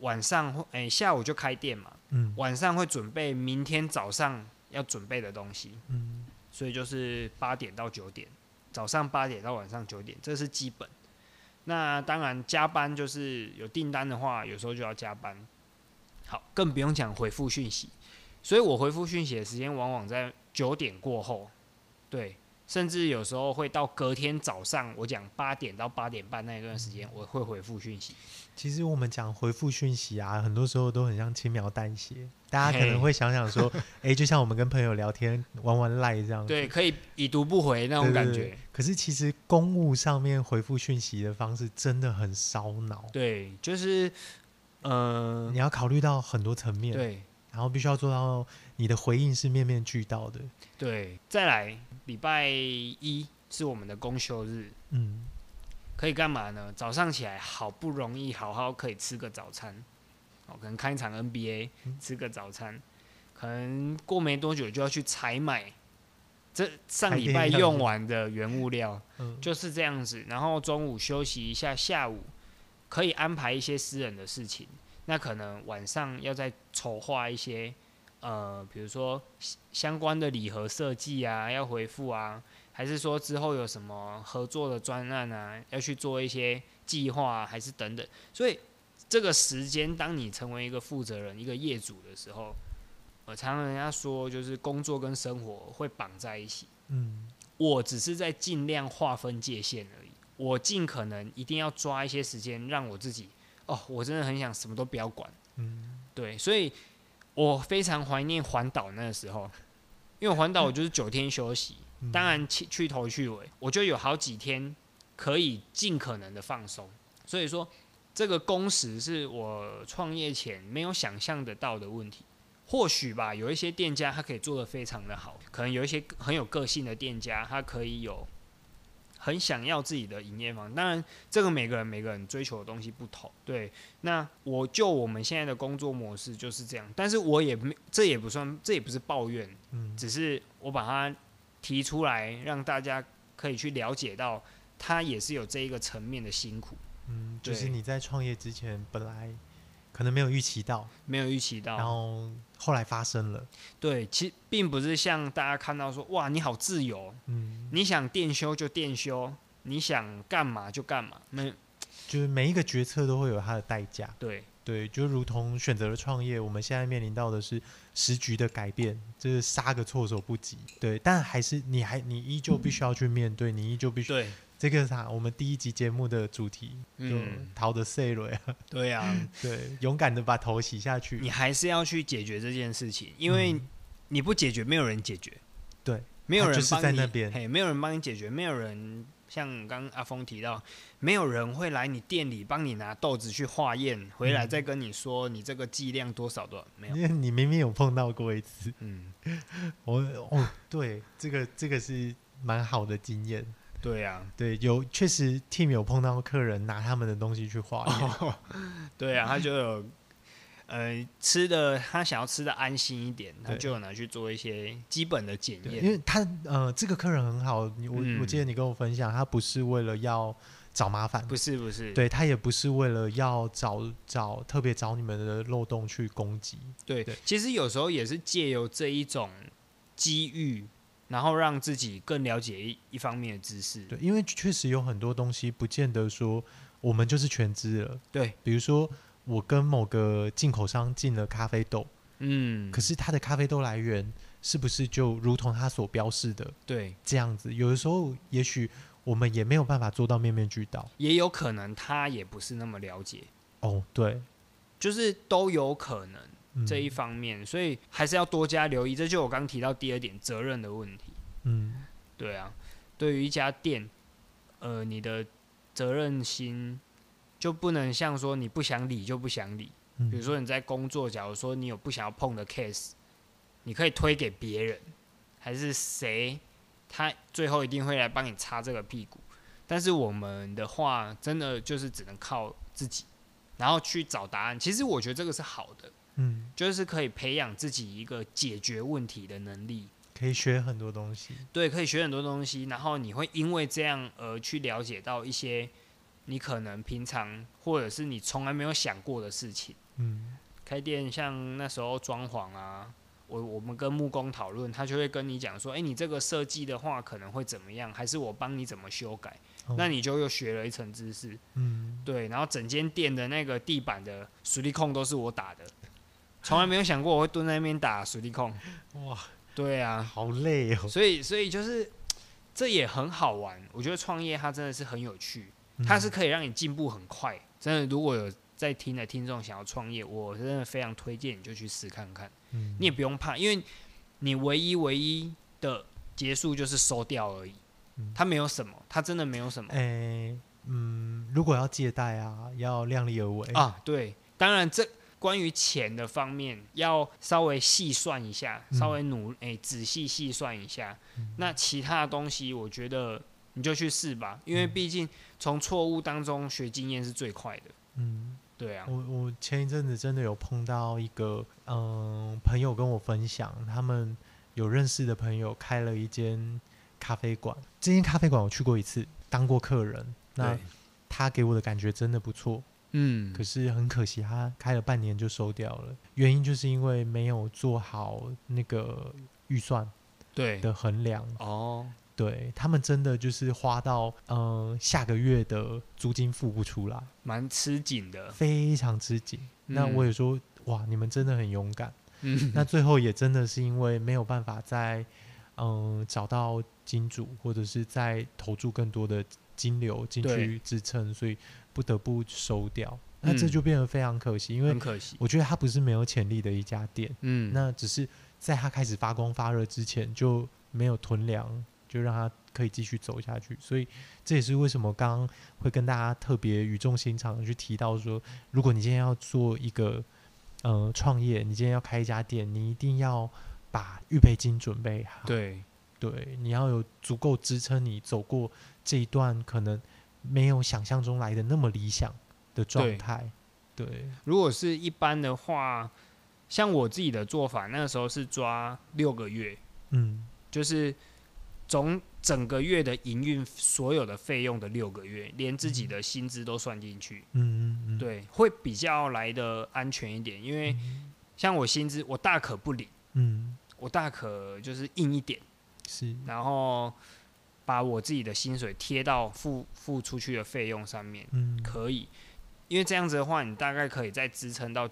Speaker 2: 晚上会诶、下午就开店嘛，
Speaker 1: 嗯
Speaker 2: 晚上会准备明天早上要准备的东西，
Speaker 1: 嗯
Speaker 2: 所以就是八点到九点，早上八点到晚上九点，这是基本。那当然加班就是有订单的话，有时候就要加班。好，更不用讲回复讯息，所以我回复讯息的时间往往在九点过后，对，甚至有时候会到隔天早上，我讲八点到八点半那一段时间，我会回复讯息。
Speaker 1: 其实我们讲回复讯息啊，很多时候都很像轻描淡写。大家可能会想想 说，哎、就像我们跟朋友聊天玩玩赖这样，
Speaker 2: 对，可以已读不回那种感
Speaker 1: 对对
Speaker 2: 觉
Speaker 1: 对。可是其实公务上面回复讯息的方式真的很烧脑，
Speaker 2: 对，就是，呃
Speaker 1: 你，要考虑到很多层面，
Speaker 2: 对
Speaker 1: 然后必须要做到你的回应是面面俱到的。
Speaker 2: 对。再来，礼拜一是我们的公休日，
Speaker 1: 嗯，
Speaker 2: 可以干嘛呢？早上起来好不容易好好可以吃个早餐，哦，可能看一场 NBA 吃个早餐，可能过没多久就要去采买这上礼拜用完的原物料，
Speaker 1: 嗯
Speaker 2: 就是这样子。然后中午休息一下，下午可以安排一些私人的事情，那可能晚上要再筹划一些。呃，比如说相关的礼盒设计啊，要回复啊，还是说之后有什么合作的专案啊，要去做一些计划、啊，还是等等。所以这个时间，当你成为一个负责人、一个业主的时候，我常常人家说，就是工作跟生活会绑在一起。
Speaker 1: 嗯，
Speaker 2: 我只是在尽量划分界限而已，我尽可能一定要抓一些时间，让我自己哦，我真的很想什么都不要管。
Speaker 1: 嗯，
Speaker 2: 对，所以我非常怀念环岛那个时候，因为环岛我就是九天休息。
Speaker 1: 嗯
Speaker 2: 当然去去头去尾，我就有好几天可以尽可能的放松。所以说，这个工时是我创业前没有想象得到的问题。或许吧，有一些店家他可以做得非常的好，可能有一些很有个性的店家，他可以有很想要自己的营业方。当然，这个每个人每个人追求的东西不同。对，那我就我们现在的工作模式就是这样，但是我也没这也不算，这也不是抱怨，
Speaker 1: 嗯
Speaker 2: 只是我把它提出来，让大家可以去了解到，它也是有这一个层面的辛苦，
Speaker 1: 嗯，就是
Speaker 2: 对
Speaker 1: 你在创业之前本来可能没有预期到，
Speaker 2: 没有预期
Speaker 1: 然
Speaker 2: 到。
Speaker 1: 后后来发生了，
Speaker 2: 对，其实并不是像大家看到说，哇，你好自由，
Speaker 1: 嗯，
Speaker 2: 你想电休就电休，你想干嘛就干嘛，没
Speaker 1: 就是每一个决策都会有它的代价。
Speaker 2: 对
Speaker 1: 对，就如同选择了创业，我们现在面临到的是时局的改变，这、是杀个措手不及。对，但还是你还你依旧必须要去面对，你依旧必须
Speaker 2: 对，
Speaker 1: 这个啥？我们第一集节目的主题就
Speaker 2: 嗯，
Speaker 1: 逃得 C 瑞 啊，
Speaker 2: 对啊，
Speaker 1: 对，勇敢的把头洗下
Speaker 2: 你
Speaker 1: 去。
Speaker 2: 还是要去解决这件事情，因为
Speaker 1: 嗯
Speaker 2: 你不解决，没有人解决。
Speaker 1: 对，
Speaker 2: 没有
Speaker 1: 他
Speaker 2: 人
Speaker 1: 就是
Speaker 2: 帮
Speaker 1: 在
Speaker 2: 你
Speaker 1: 那边
Speaker 2: 嘿，没有人帮你解决，没有人像刚刚阿峰提到，没有人会来你店里帮你拿豆子去化验，回来
Speaker 1: 嗯
Speaker 2: 再跟你说你这个剂量多少多少，没有
Speaker 1: 因。为你明明有碰到过一次，
Speaker 2: 嗯，
Speaker 1: 我哦，对，这个这个是蛮好的经验。
Speaker 2: 对啊，
Speaker 1: 对，有确实 team 有碰到客人拿他们的东西去 化验，
Speaker 2: 对啊，他就有呃吃的，他想要吃的安心一点，他
Speaker 1: 对
Speaker 2: 就有拿去做一些基本的检
Speaker 1: 对，因
Speaker 2: 验。
Speaker 1: 为他呃，这个客人很好，你我、我记得
Speaker 2: 嗯
Speaker 1: 你跟我分享，他不是为了要找麻烦，
Speaker 2: 不是不是，
Speaker 1: 对他也不是为了要找找特别找你们的漏洞去攻击，
Speaker 2: 对
Speaker 1: 对，
Speaker 2: 其实有时候也是借由这一种机遇，然后让自己更了解一一方面的知识。
Speaker 1: 对，因为确实有很多东西不见得说我们就是全知了，
Speaker 2: 对，
Speaker 1: 比如说我跟某个进口商进了咖啡豆，
Speaker 2: 嗯，
Speaker 1: 可是它的咖啡豆来源是不是就如同它所标示的
Speaker 2: 对，
Speaker 1: 这样子？有的时候也许我们也没有办法做到面面俱到。
Speaker 2: 也有可能他也不是那么了解，
Speaker 1: 哦，对，
Speaker 2: 就是都有可能
Speaker 1: 嗯、
Speaker 2: 这一方面，所以还是要多加留意。这就我刚提到第二点责任的问题。
Speaker 1: 嗯。
Speaker 2: 对啊，对于一家店，呃，你的责任心就不能像说你不想理就不想理。
Speaker 1: 嗯
Speaker 2: 比如说你在工作，假如说你有不想要碰的 case，你可以推给别人，还是谁，他最后一定会来帮你擦这个屁股。但是我们的话，真的就是只能靠自己，然后去找答案。其实我觉得这个是好的，
Speaker 1: 嗯，
Speaker 2: 就是可以培养自己一个解决问题的能力。
Speaker 1: 可以学很多东西。
Speaker 2: 对，可以学很多东西，然后你会因为这样而去了解到一些你可能平常或者是你从来没有想过的事情。
Speaker 1: 嗯，
Speaker 2: 开店像那时候装潢啊，我我们跟木工讨论，他就会跟你讲说，哎、你这个设计的话可能会怎么样，还是我帮你怎么修改，
Speaker 1: 哦
Speaker 2: 那你就又学了一层知识。
Speaker 1: 嗯，
Speaker 2: 对，然后整间店的那个地板的水力控都是我打的，从来没有想过我会蹲在那边打水力控。
Speaker 1: 哇，
Speaker 2: 对啊，
Speaker 1: 好累哦。
Speaker 2: 所以，所以就是这也很好玩。我觉得创业它真的是很有趣，
Speaker 1: 嗯
Speaker 2: 它是可以让你进步很快。真的，如果有在听的听众想要创业，我真的非常推荐你就去试看看。
Speaker 1: 嗯
Speaker 2: 你也不用怕，因为你唯一唯一的结束就是收掉而已
Speaker 1: 嗯，
Speaker 2: 它没有什么，它真的没有什么
Speaker 1: 诶嗯，如果要借贷啊，要量力而为，
Speaker 2: 啊。对，当然这关于钱的方面要稍微细算一下，
Speaker 1: 嗯
Speaker 2: 稍微努诶、仔细细算一下。那其他的东西，我觉得你就去试吧，因
Speaker 1: 嗯
Speaker 2: 为毕竟从错误当中学经验是最快的。
Speaker 1: 嗯，
Speaker 2: 对啊
Speaker 1: 我，我前一阵子真的有碰到一个嗯朋友跟我分享，他们有认识的朋友开了一间咖啡馆，这间咖啡馆我去过一次，当过客人，那
Speaker 2: 对，
Speaker 1: 他给我的感觉真的不错，
Speaker 2: 嗯，
Speaker 1: 可是很可惜，他开了半年就收掉了，原因就是因为没有做好那个预算
Speaker 2: 对，
Speaker 1: 的衡量，
Speaker 2: 哦，
Speaker 1: 对他们真的就是花到嗯、呃下个月的租金付不出来，
Speaker 2: 蛮吃紧的。
Speaker 1: 非常之紧。那
Speaker 2: 嗯
Speaker 1: 我也说哇，你们真的很勇敢。
Speaker 2: 嗯，
Speaker 1: 那最后也真的是因为没有办法再嗯、呃找到金主，或者是再投注更多的金流进去
Speaker 2: 对
Speaker 1: 支撑，所以不得不收掉。那这
Speaker 2: 嗯
Speaker 1: 就变得非常可惜，因为
Speaker 2: 很可惜。
Speaker 1: 我觉得它不是没有潜力的一家店，
Speaker 2: 嗯，
Speaker 1: 那只是在它开始发光发热之前就没有囤粮，就让它可以继续走下去。所以这也是为什么刚刚会跟大家特别语重心长的去提到说，如果你今天要做一个呃创业，你今天要开一家店，你一定要把预备金准备好。
Speaker 2: 对，
Speaker 1: 对，你要有足够支撑你走过这一段可能没有想象中来的那么理想的状
Speaker 2: 对
Speaker 1: 态。对，
Speaker 2: 如果是一般的话，像我自己的做法，那个时候是抓六个月，
Speaker 1: 嗯
Speaker 2: 就是总整个月的营运所有的费用的六个月，连自己的薪资都算进去，
Speaker 1: 嗯嗯嗯，
Speaker 2: 对，会比较来的安全一点。因为
Speaker 1: 嗯
Speaker 2: 像我薪资，我大可不领，
Speaker 1: 嗯，
Speaker 2: 我大可就是硬一点，
Speaker 1: 是，
Speaker 2: 然后把我自己的薪水贴到付付出去的费用上面，
Speaker 1: 嗯，
Speaker 2: 可以，因为这样子的话，你大概可以再支撑到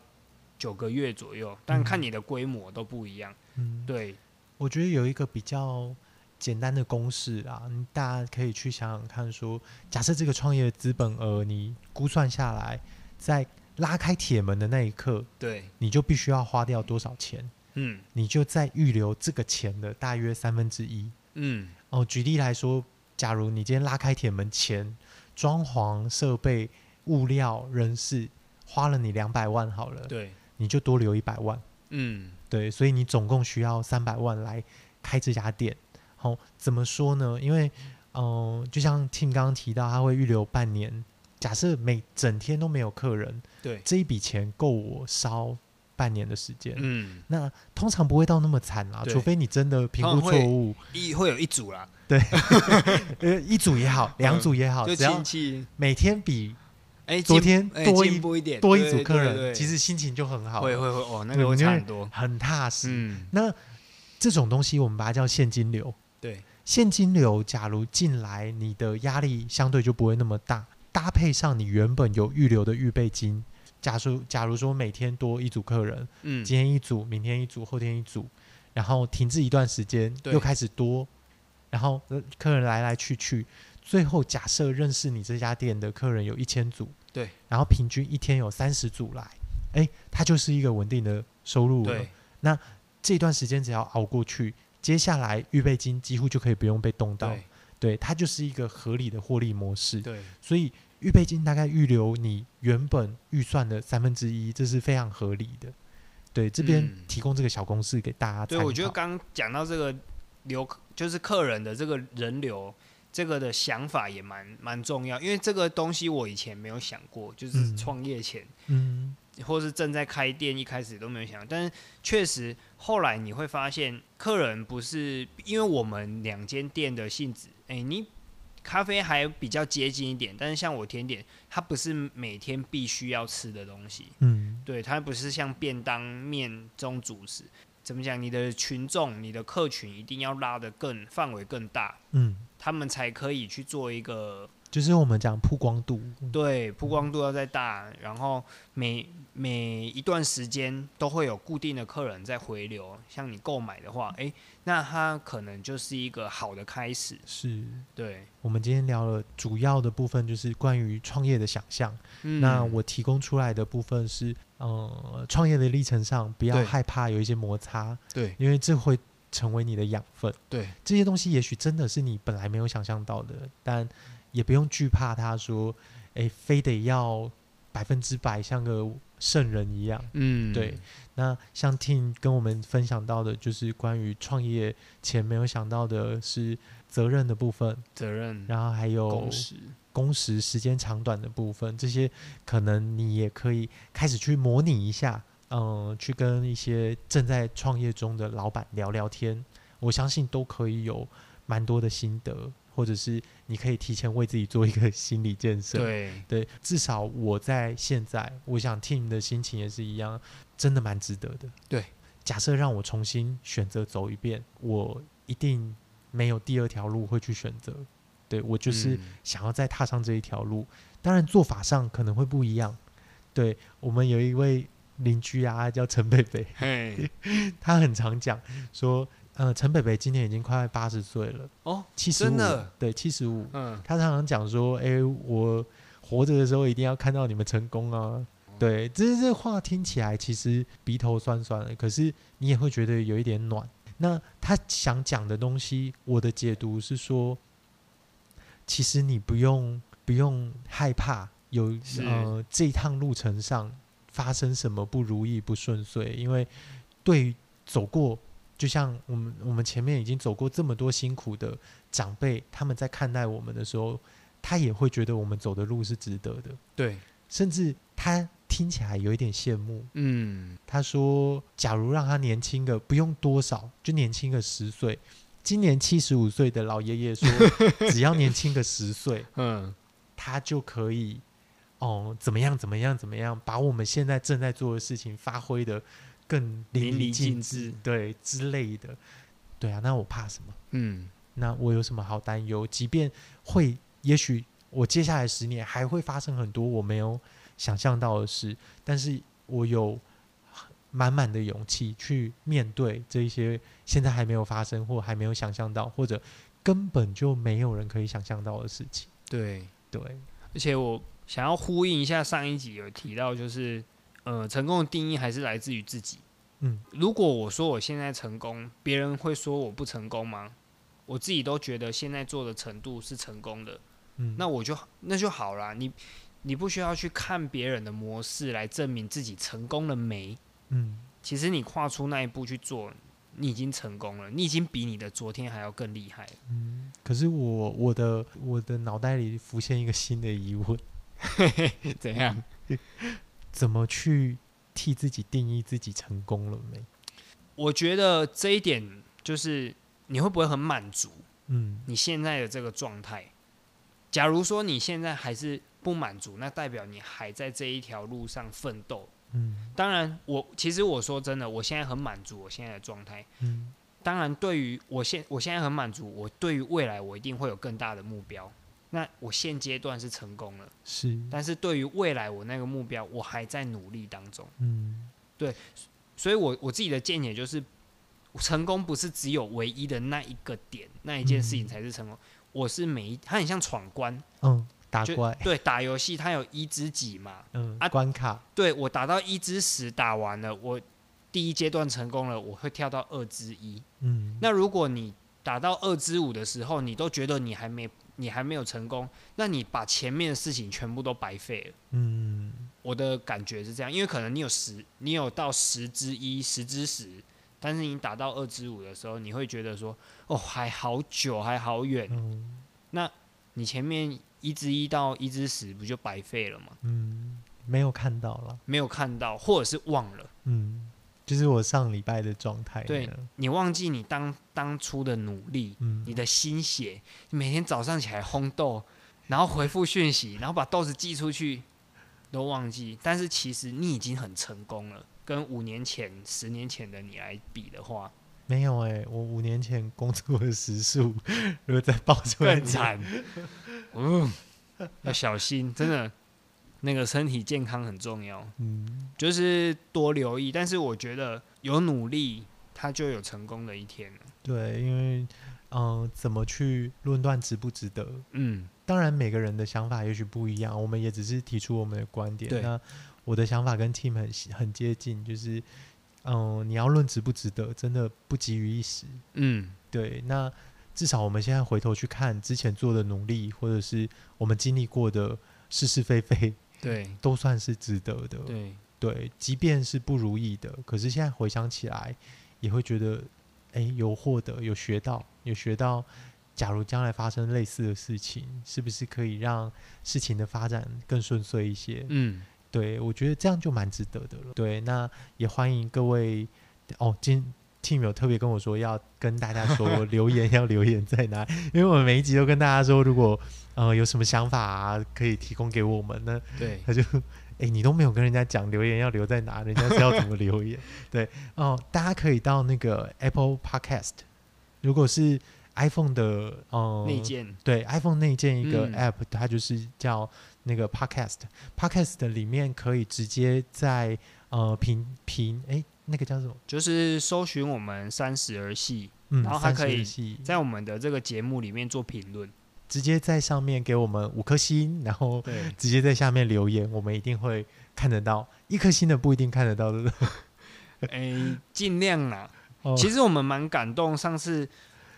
Speaker 2: 九个月左右，但看你的规模都不一样。
Speaker 1: 嗯，
Speaker 2: 对，
Speaker 1: 我觉得有一个比较简单的公式啊，你大家可以去想想看说，假设这个创业的资本额你估算下来，在拉开铁门的那一刻，
Speaker 2: 对，
Speaker 1: 你就必须要花掉多少钱，
Speaker 2: 嗯
Speaker 1: 你就再预留这个钱的大约三分之一。
Speaker 2: 嗯，
Speaker 1: 哦，举例来说，假如你今天拉开铁门前，装潢、设备、物料、人事花了你两百万好了，
Speaker 2: 对，
Speaker 1: 你就多留一百万。
Speaker 2: 嗯
Speaker 1: 对，所以你总共需要三百万来开这家店。好、怎么说呢？因为，嗯、就像 Tim 刚刚提到，他会预留半年。假设每整天都没有客人，
Speaker 2: 对，
Speaker 1: 这一笔钱够我烧半年的时间。
Speaker 2: 嗯，
Speaker 1: 那通常不会到那么惨啦，
Speaker 2: 对
Speaker 1: 除非你真的评估
Speaker 2: 通常会
Speaker 1: 错误，
Speaker 2: 一会有一组啦，
Speaker 1: 呃，一组也好，两组也好，
Speaker 2: 嗯就
Speaker 1: 只要
Speaker 2: 亲戚，
Speaker 1: 每天比
Speaker 2: 哎，进
Speaker 1: 昨天
Speaker 2: 哎
Speaker 1: 多
Speaker 2: 进
Speaker 1: 一
Speaker 2: 步一点，
Speaker 1: 多一
Speaker 2: 对
Speaker 1: 组客
Speaker 2: 对
Speaker 1: 人，
Speaker 2: 对
Speaker 1: 其实心情就很好嗯
Speaker 2: 会
Speaker 1: 了，
Speaker 2: 会会哦，那
Speaker 1: 对
Speaker 2: 个
Speaker 1: 我
Speaker 2: 会
Speaker 1: 觉得
Speaker 2: 差很多，
Speaker 1: 很踏实。
Speaker 2: 嗯，
Speaker 1: 那这种东西我们把它叫现金流，
Speaker 2: 对，
Speaker 1: 现金流假如进来，你的压力相对就不会那么大，搭配上你原本有预留的预备金。假如假如说每天多一组客人，
Speaker 2: 嗯，
Speaker 1: 今天一组，明天一组，后天一组，然后停滞一段时间，
Speaker 2: 对
Speaker 1: 又开始多，然后呃客人来来去去，最后假设认识你这家店的客人有一千组，
Speaker 2: 对，
Speaker 1: 然后平均一天有三十组来，哎，它就是一个稳定的收入了
Speaker 2: 对。，
Speaker 1: 这段时间只要熬过去，接下来预备金几乎就可以不用被动到。
Speaker 2: 对，
Speaker 1: 对，它就是一个合理的获利模式。
Speaker 2: 对，
Speaker 1: 所以预备金大概预留你原本预算的三分之一，这是非常合理的。对，这边
Speaker 2: 嗯
Speaker 1: 提供这个小公式给大家参考。
Speaker 2: 对，我觉得刚讲到这个流，就是客人的这个人流，这个的想法也蛮蛮重要，因为这个东西我以前没有想过，就
Speaker 1: 嗯
Speaker 2: 是创业前、
Speaker 1: 嗯
Speaker 2: 或是正在开店一开始都没有想到，但是确实后来你会发现，客人不是因为我们两间店的性质，哎、你。咖啡还比较接近一点，但是像我甜点，它不是每天必须要吃的东西，
Speaker 1: 嗯
Speaker 2: 对，它不是像便当面这种主食。怎么讲？你的群众、你的客群一定要拉得更范围更大，
Speaker 1: 嗯，
Speaker 2: 他们才可以去做一个
Speaker 1: 就是我们讲曝光度，
Speaker 2: 对，曝光度要再大，然后每每一段时间都会有固定的客人在回流。像你购买的话，诶，那它可能就是一个好的开始。
Speaker 1: 是
Speaker 2: 对，
Speaker 1: 我们今天聊了主要的部分，就是关于创业的想象。
Speaker 2: 嗯
Speaker 1: 那我提供出来的部分是，呃，创业的历程上不要
Speaker 2: 对
Speaker 1: 害怕有一些摩擦，
Speaker 2: 对
Speaker 1: 因为这会成为你的养分。
Speaker 2: 对
Speaker 1: 这些东西也许真的是你本来没有想象到的，但也不用惧怕他说，诶，非得要百分之百像个圣人一样。
Speaker 2: 嗯
Speaker 1: 对，那像 Tim 跟我们分享到的，就是关于创业前没有想到的是责任的部分，
Speaker 2: 责任、
Speaker 1: 然后还有
Speaker 2: 共识，
Speaker 1: 工时时间长短的部分，这些可能你也可以开始去模拟一下，嗯、去跟一些正在创业中的老板聊聊天，我相信都可以有蛮多的心得，或者是你可以提前为自己做一个 心理建设。
Speaker 2: 对
Speaker 1: 对，至少我在现在，我想 Team 的心情也是一样，真的蛮值得的。
Speaker 2: 对，
Speaker 1: 假设让我重新选择走一遍，我一定没有第二条路会去选择。对我就是
Speaker 2: 嗯
Speaker 1: 想要再踏上这一条路，当然做法上可能会不一样。对我们有一位邻居啊，叫陈北北，
Speaker 2: 嘿，
Speaker 1: 他很常讲说，呃，陈北北今年已经快八十岁了，
Speaker 2: 哦，
Speaker 1: 七十
Speaker 2: 真
Speaker 1: 五
Speaker 2: 的，
Speaker 1: 对，七十五，
Speaker 2: 嗯，
Speaker 1: 他常常讲说：“哎、我活着的时候一定要看到你们成功啊！”对，这这话听起来其实鼻头酸酸的，可是你也会觉得有一点暖。那他想讲的东西，我的解读是说，其实你不用不用害怕有
Speaker 2: 是
Speaker 1: 呃这一趟路程上发生什么不如意、不顺遂，因为对走过，就像我们我们前面已经走过这么多辛苦的长辈，他们在看待我们的时候，他也会觉得我们走的路是值得的，
Speaker 2: 对，
Speaker 1: 甚至他听起来有一点羡慕。
Speaker 2: 嗯，
Speaker 1: 他说，假如让他年轻个不用多少，就年轻个十岁。今年七十五岁的老爷爷 说，只要年轻个十岁，
Speaker 2: 嗯，
Speaker 1: 他就可以哦，怎么样怎么样怎么样，把我们现在正在做的事情发挥的更淋漓
Speaker 2: 淋漓
Speaker 1: 尽
Speaker 2: 尽
Speaker 1: 致，
Speaker 2: 致
Speaker 1: 对之类的。对啊，那我怕什么？
Speaker 2: 嗯，
Speaker 1: 那我有什么好担忧？即便会，也许我接下来十年还会发生很多我没有想象到的事，但是我有满满的勇气去面对这一些现在还没有发生或还没有想象到，或者根本就没有人可以想象到的事情。
Speaker 2: 对，
Speaker 1: 对，
Speaker 2: 而且我想要呼应一下上一集有提到，就是呃，成功的定义还是来自于自己。
Speaker 1: 嗯，
Speaker 2: 如果我说我现在成功，别人会说我不成功吗？我自己都觉得现在做的程度是成功的，
Speaker 1: 嗯，
Speaker 2: 那我就那就好啦。你你不需要去看别人的模式来证明自己成功了没。
Speaker 1: 嗯
Speaker 2: 其实你跨出那一步去做，你已经成功了，你已经比你的昨天还要更厉害了。
Speaker 1: 嗯，可是我我的我的脑袋里浮现一个新的疑问：
Speaker 2: 怎样？
Speaker 1: 怎么去替自己定义自己成功了没？
Speaker 2: 我觉得这一点就是你会不会很满足
Speaker 1: 嗯
Speaker 2: 你现在的这个状态？假如说你现在还是不满足，那代表你还在这一条路上奋斗。
Speaker 1: 嗯
Speaker 2: 当然我，其实我说真的，我现在很满足我现在的状态。
Speaker 1: 嗯
Speaker 2: 当然，对于我现我现在很满足，我对于未来我一定会有更大的目标。那我现阶段是成功了，
Speaker 1: 是
Speaker 2: 但是对于未来我那个目标，我还在努力当中。
Speaker 1: 嗯
Speaker 2: 所以我我自己的见解就是，成功不是只有唯一的那一个点，那一件事情才是成功。我是每一，它很像闯关，
Speaker 1: 嗯打
Speaker 2: 就啊
Speaker 1: 怪
Speaker 2: 对，打游戏它有一至几嘛？
Speaker 1: 嗯、
Speaker 2: 啊
Speaker 1: 关卡
Speaker 2: 对我打到一至十打完了，我第一阶段成功了，我会跳到二至一。
Speaker 1: 嗯
Speaker 2: 那如果你打到二至五的时候，你都觉得你还没你还没有成功，那你把前面的事情全部都白费了。
Speaker 1: 嗯
Speaker 2: 我的感觉是这样，因为可能你有十，你有到十之一、十之十，但是你打到二之五的时候，你会觉得说，哦，还好久，还好远。
Speaker 1: 嗯
Speaker 2: 你前面一之一到一之十不就白费了吗？
Speaker 1: 嗯没有看到了
Speaker 2: 没有看到，或者是忘了，
Speaker 1: 嗯，就是我上礼拜的状态
Speaker 2: 对
Speaker 1: 呢
Speaker 2: 你忘记你当当初的努力，
Speaker 1: 嗯
Speaker 2: 你的心血，你每天早上起来烘豆，然后回复讯息，然后把豆子寄出去，都忘记。但是其实你已经很成功了，跟五年前、十年前的你来比的话。
Speaker 1: 没有哎、我五年 前工作的时数，如果再报出来，
Speaker 2: 更惨。嗯，要小心，真的，那个身体健康很重要，
Speaker 1: 嗯，
Speaker 2: 就是多留意。但是我觉得有努力，他就有成功的一天了
Speaker 1: 对，因为嗯、呃怎么去论断值不值得？
Speaker 2: 嗯，
Speaker 1: 当然，每个人的想法也许不一样，我们也只是提出我们的观点。
Speaker 2: 对
Speaker 1: 那我的想法跟 Tim 很很接近，就是嗯、呃你要论值不值得，真的不急于一时。
Speaker 2: 嗯，
Speaker 1: 对，那至少我们现在回头去看之前做的努力，或者是我们经历过的是是非非，
Speaker 2: 对
Speaker 1: 都算是值得的。
Speaker 2: 对，
Speaker 1: 对，即便是不如意的，可是现在回想起来，也会觉得，哎，有获得，有学到，有学到。假如将来发生类似的事情，是不是可以让事情的发展更顺遂一些？
Speaker 2: 嗯，
Speaker 1: 对我觉得这样就蛮值得的了。对，那也欢迎各位哦，今 team 有特别跟我说要跟大家 说留言要留言在哪，因为我们每一集都跟大家说，如果呃有什么想法、啊、可以提供给我们呢，
Speaker 2: 对，
Speaker 1: 他就，哎、你都没有跟人家讲留言要留在哪，人家是要怎么留言？ 对，哦，大家可以到那个 Apple Podcast，如果是 iPhone 的，嗯，
Speaker 2: 内建，
Speaker 1: 对 iPhone 内建一个
Speaker 2: 嗯
Speaker 1: App，、它就是叫那个 Podcast。Podcast 里面可以直接在呃评评，哎、那个叫什么？
Speaker 2: 就是搜寻我们三十而戏，
Speaker 1: 嗯，
Speaker 2: 然后它可以
Speaker 1: 32系
Speaker 2: 在我们的这个节目里面做评论。
Speaker 1: 直接在上面给我们五颗星，然 后
Speaker 2: 对，
Speaker 1: 直接在下面留言，我们一定会看得到。一颗星的不一定看得到的。
Speaker 2: 哎，尽量啦。
Speaker 1: 哦
Speaker 2: 其实我们蛮感动，上次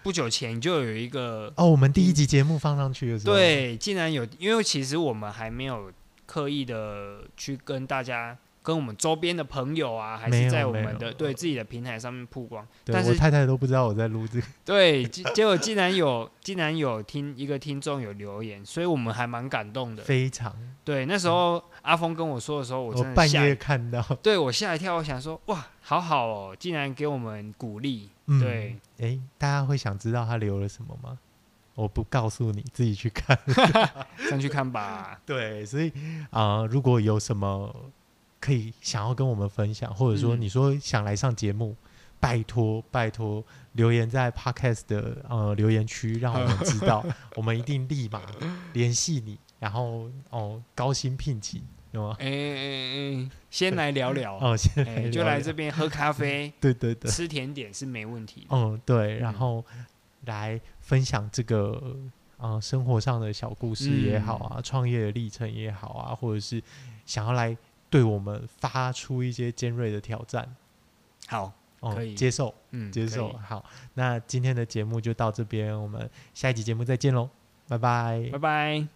Speaker 2: 不久前就有一个
Speaker 1: 哦，我们第一集节目放上去的时候，，
Speaker 2: 对，竟然有，因为其实我们还没有刻意的去跟大家、跟我们周边的朋友啊，还
Speaker 1: 没有
Speaker 2: 是在我
Speaker 1: 没
Speaker 2: 们
Speaker 1: 有
Speaker 2: 的对自己的平台上面曝光。
Speaker 1: 对
Speaker 2: 但
Speaker 1: 我
Speaker 2: 是
Speaker 1: 太太都不知道我在录这个，
Speaker 2: 对，结结果竟然有，竟然有听一个听众有留言，所以我们还蛮感动的。
Speaker 1: 非常，
Speaker 2: 对，那时候阿峰跟我说的时候，我
Speaker 1: 我
Speaker 2: 真的
Speaker 1: 嗯哦半
Speaker 2: 吓
Speaker 1: 夜
Speaker 2: 一，
Speaker 1: 看到，
Speaker 2: 对我吓一跳，我想说哇，好好哦，竟然给我们鼓励。
Speaker 1: 嗯，
Speaker 2: 对，
Speaker 1: 哎，大家会想知道他留了什么吗？我不告诉你，自己去看。
Speaker 2: 上去看吧。
Speaker 1: 对，所以啊、呃如果有什么可以想要跟我们分享，或者说
Speaker 2: 嗯
Speaker 1: 你说想来上节目，拜托拜托，留言在 podcast 的呃留言区，让我们知 道，我们一定立马联系你，然后哦高薪聘请，有吗？
Speaker 2: 哎哎哎，先来聊聊，
Speaker 1: 哦，先来
Speaker 2: 哎、
Speaker 1: 聊
Speaker 2: 就来
Speaker 1: 聊
Speaker 2: 这边喝咖啡。
Speaker 1: 对 对对，
Speaker 2: 吃甜点是没问题的。
Speaker 1: 嗯，对，然
Speaker 2: 嗯
Speaker 1: 后来分享这个呃生活上的小故事也好
Speaker 2: 嗯
Speaker 1: 啊，创业的历程也好啊，或者是想要来对我们发出一些尖锐的挑战，
Speaker 2: 好，
Speaker 1: 哦、
Speaker 2: 可以
Speaker 1: 接受
Speaker 2: 嗯，
Speaker 1: 接受。啊好，那今天的节目就到这边，我们下一集节目再见喽，拜拜
Speaker 2: 可以，拜拜。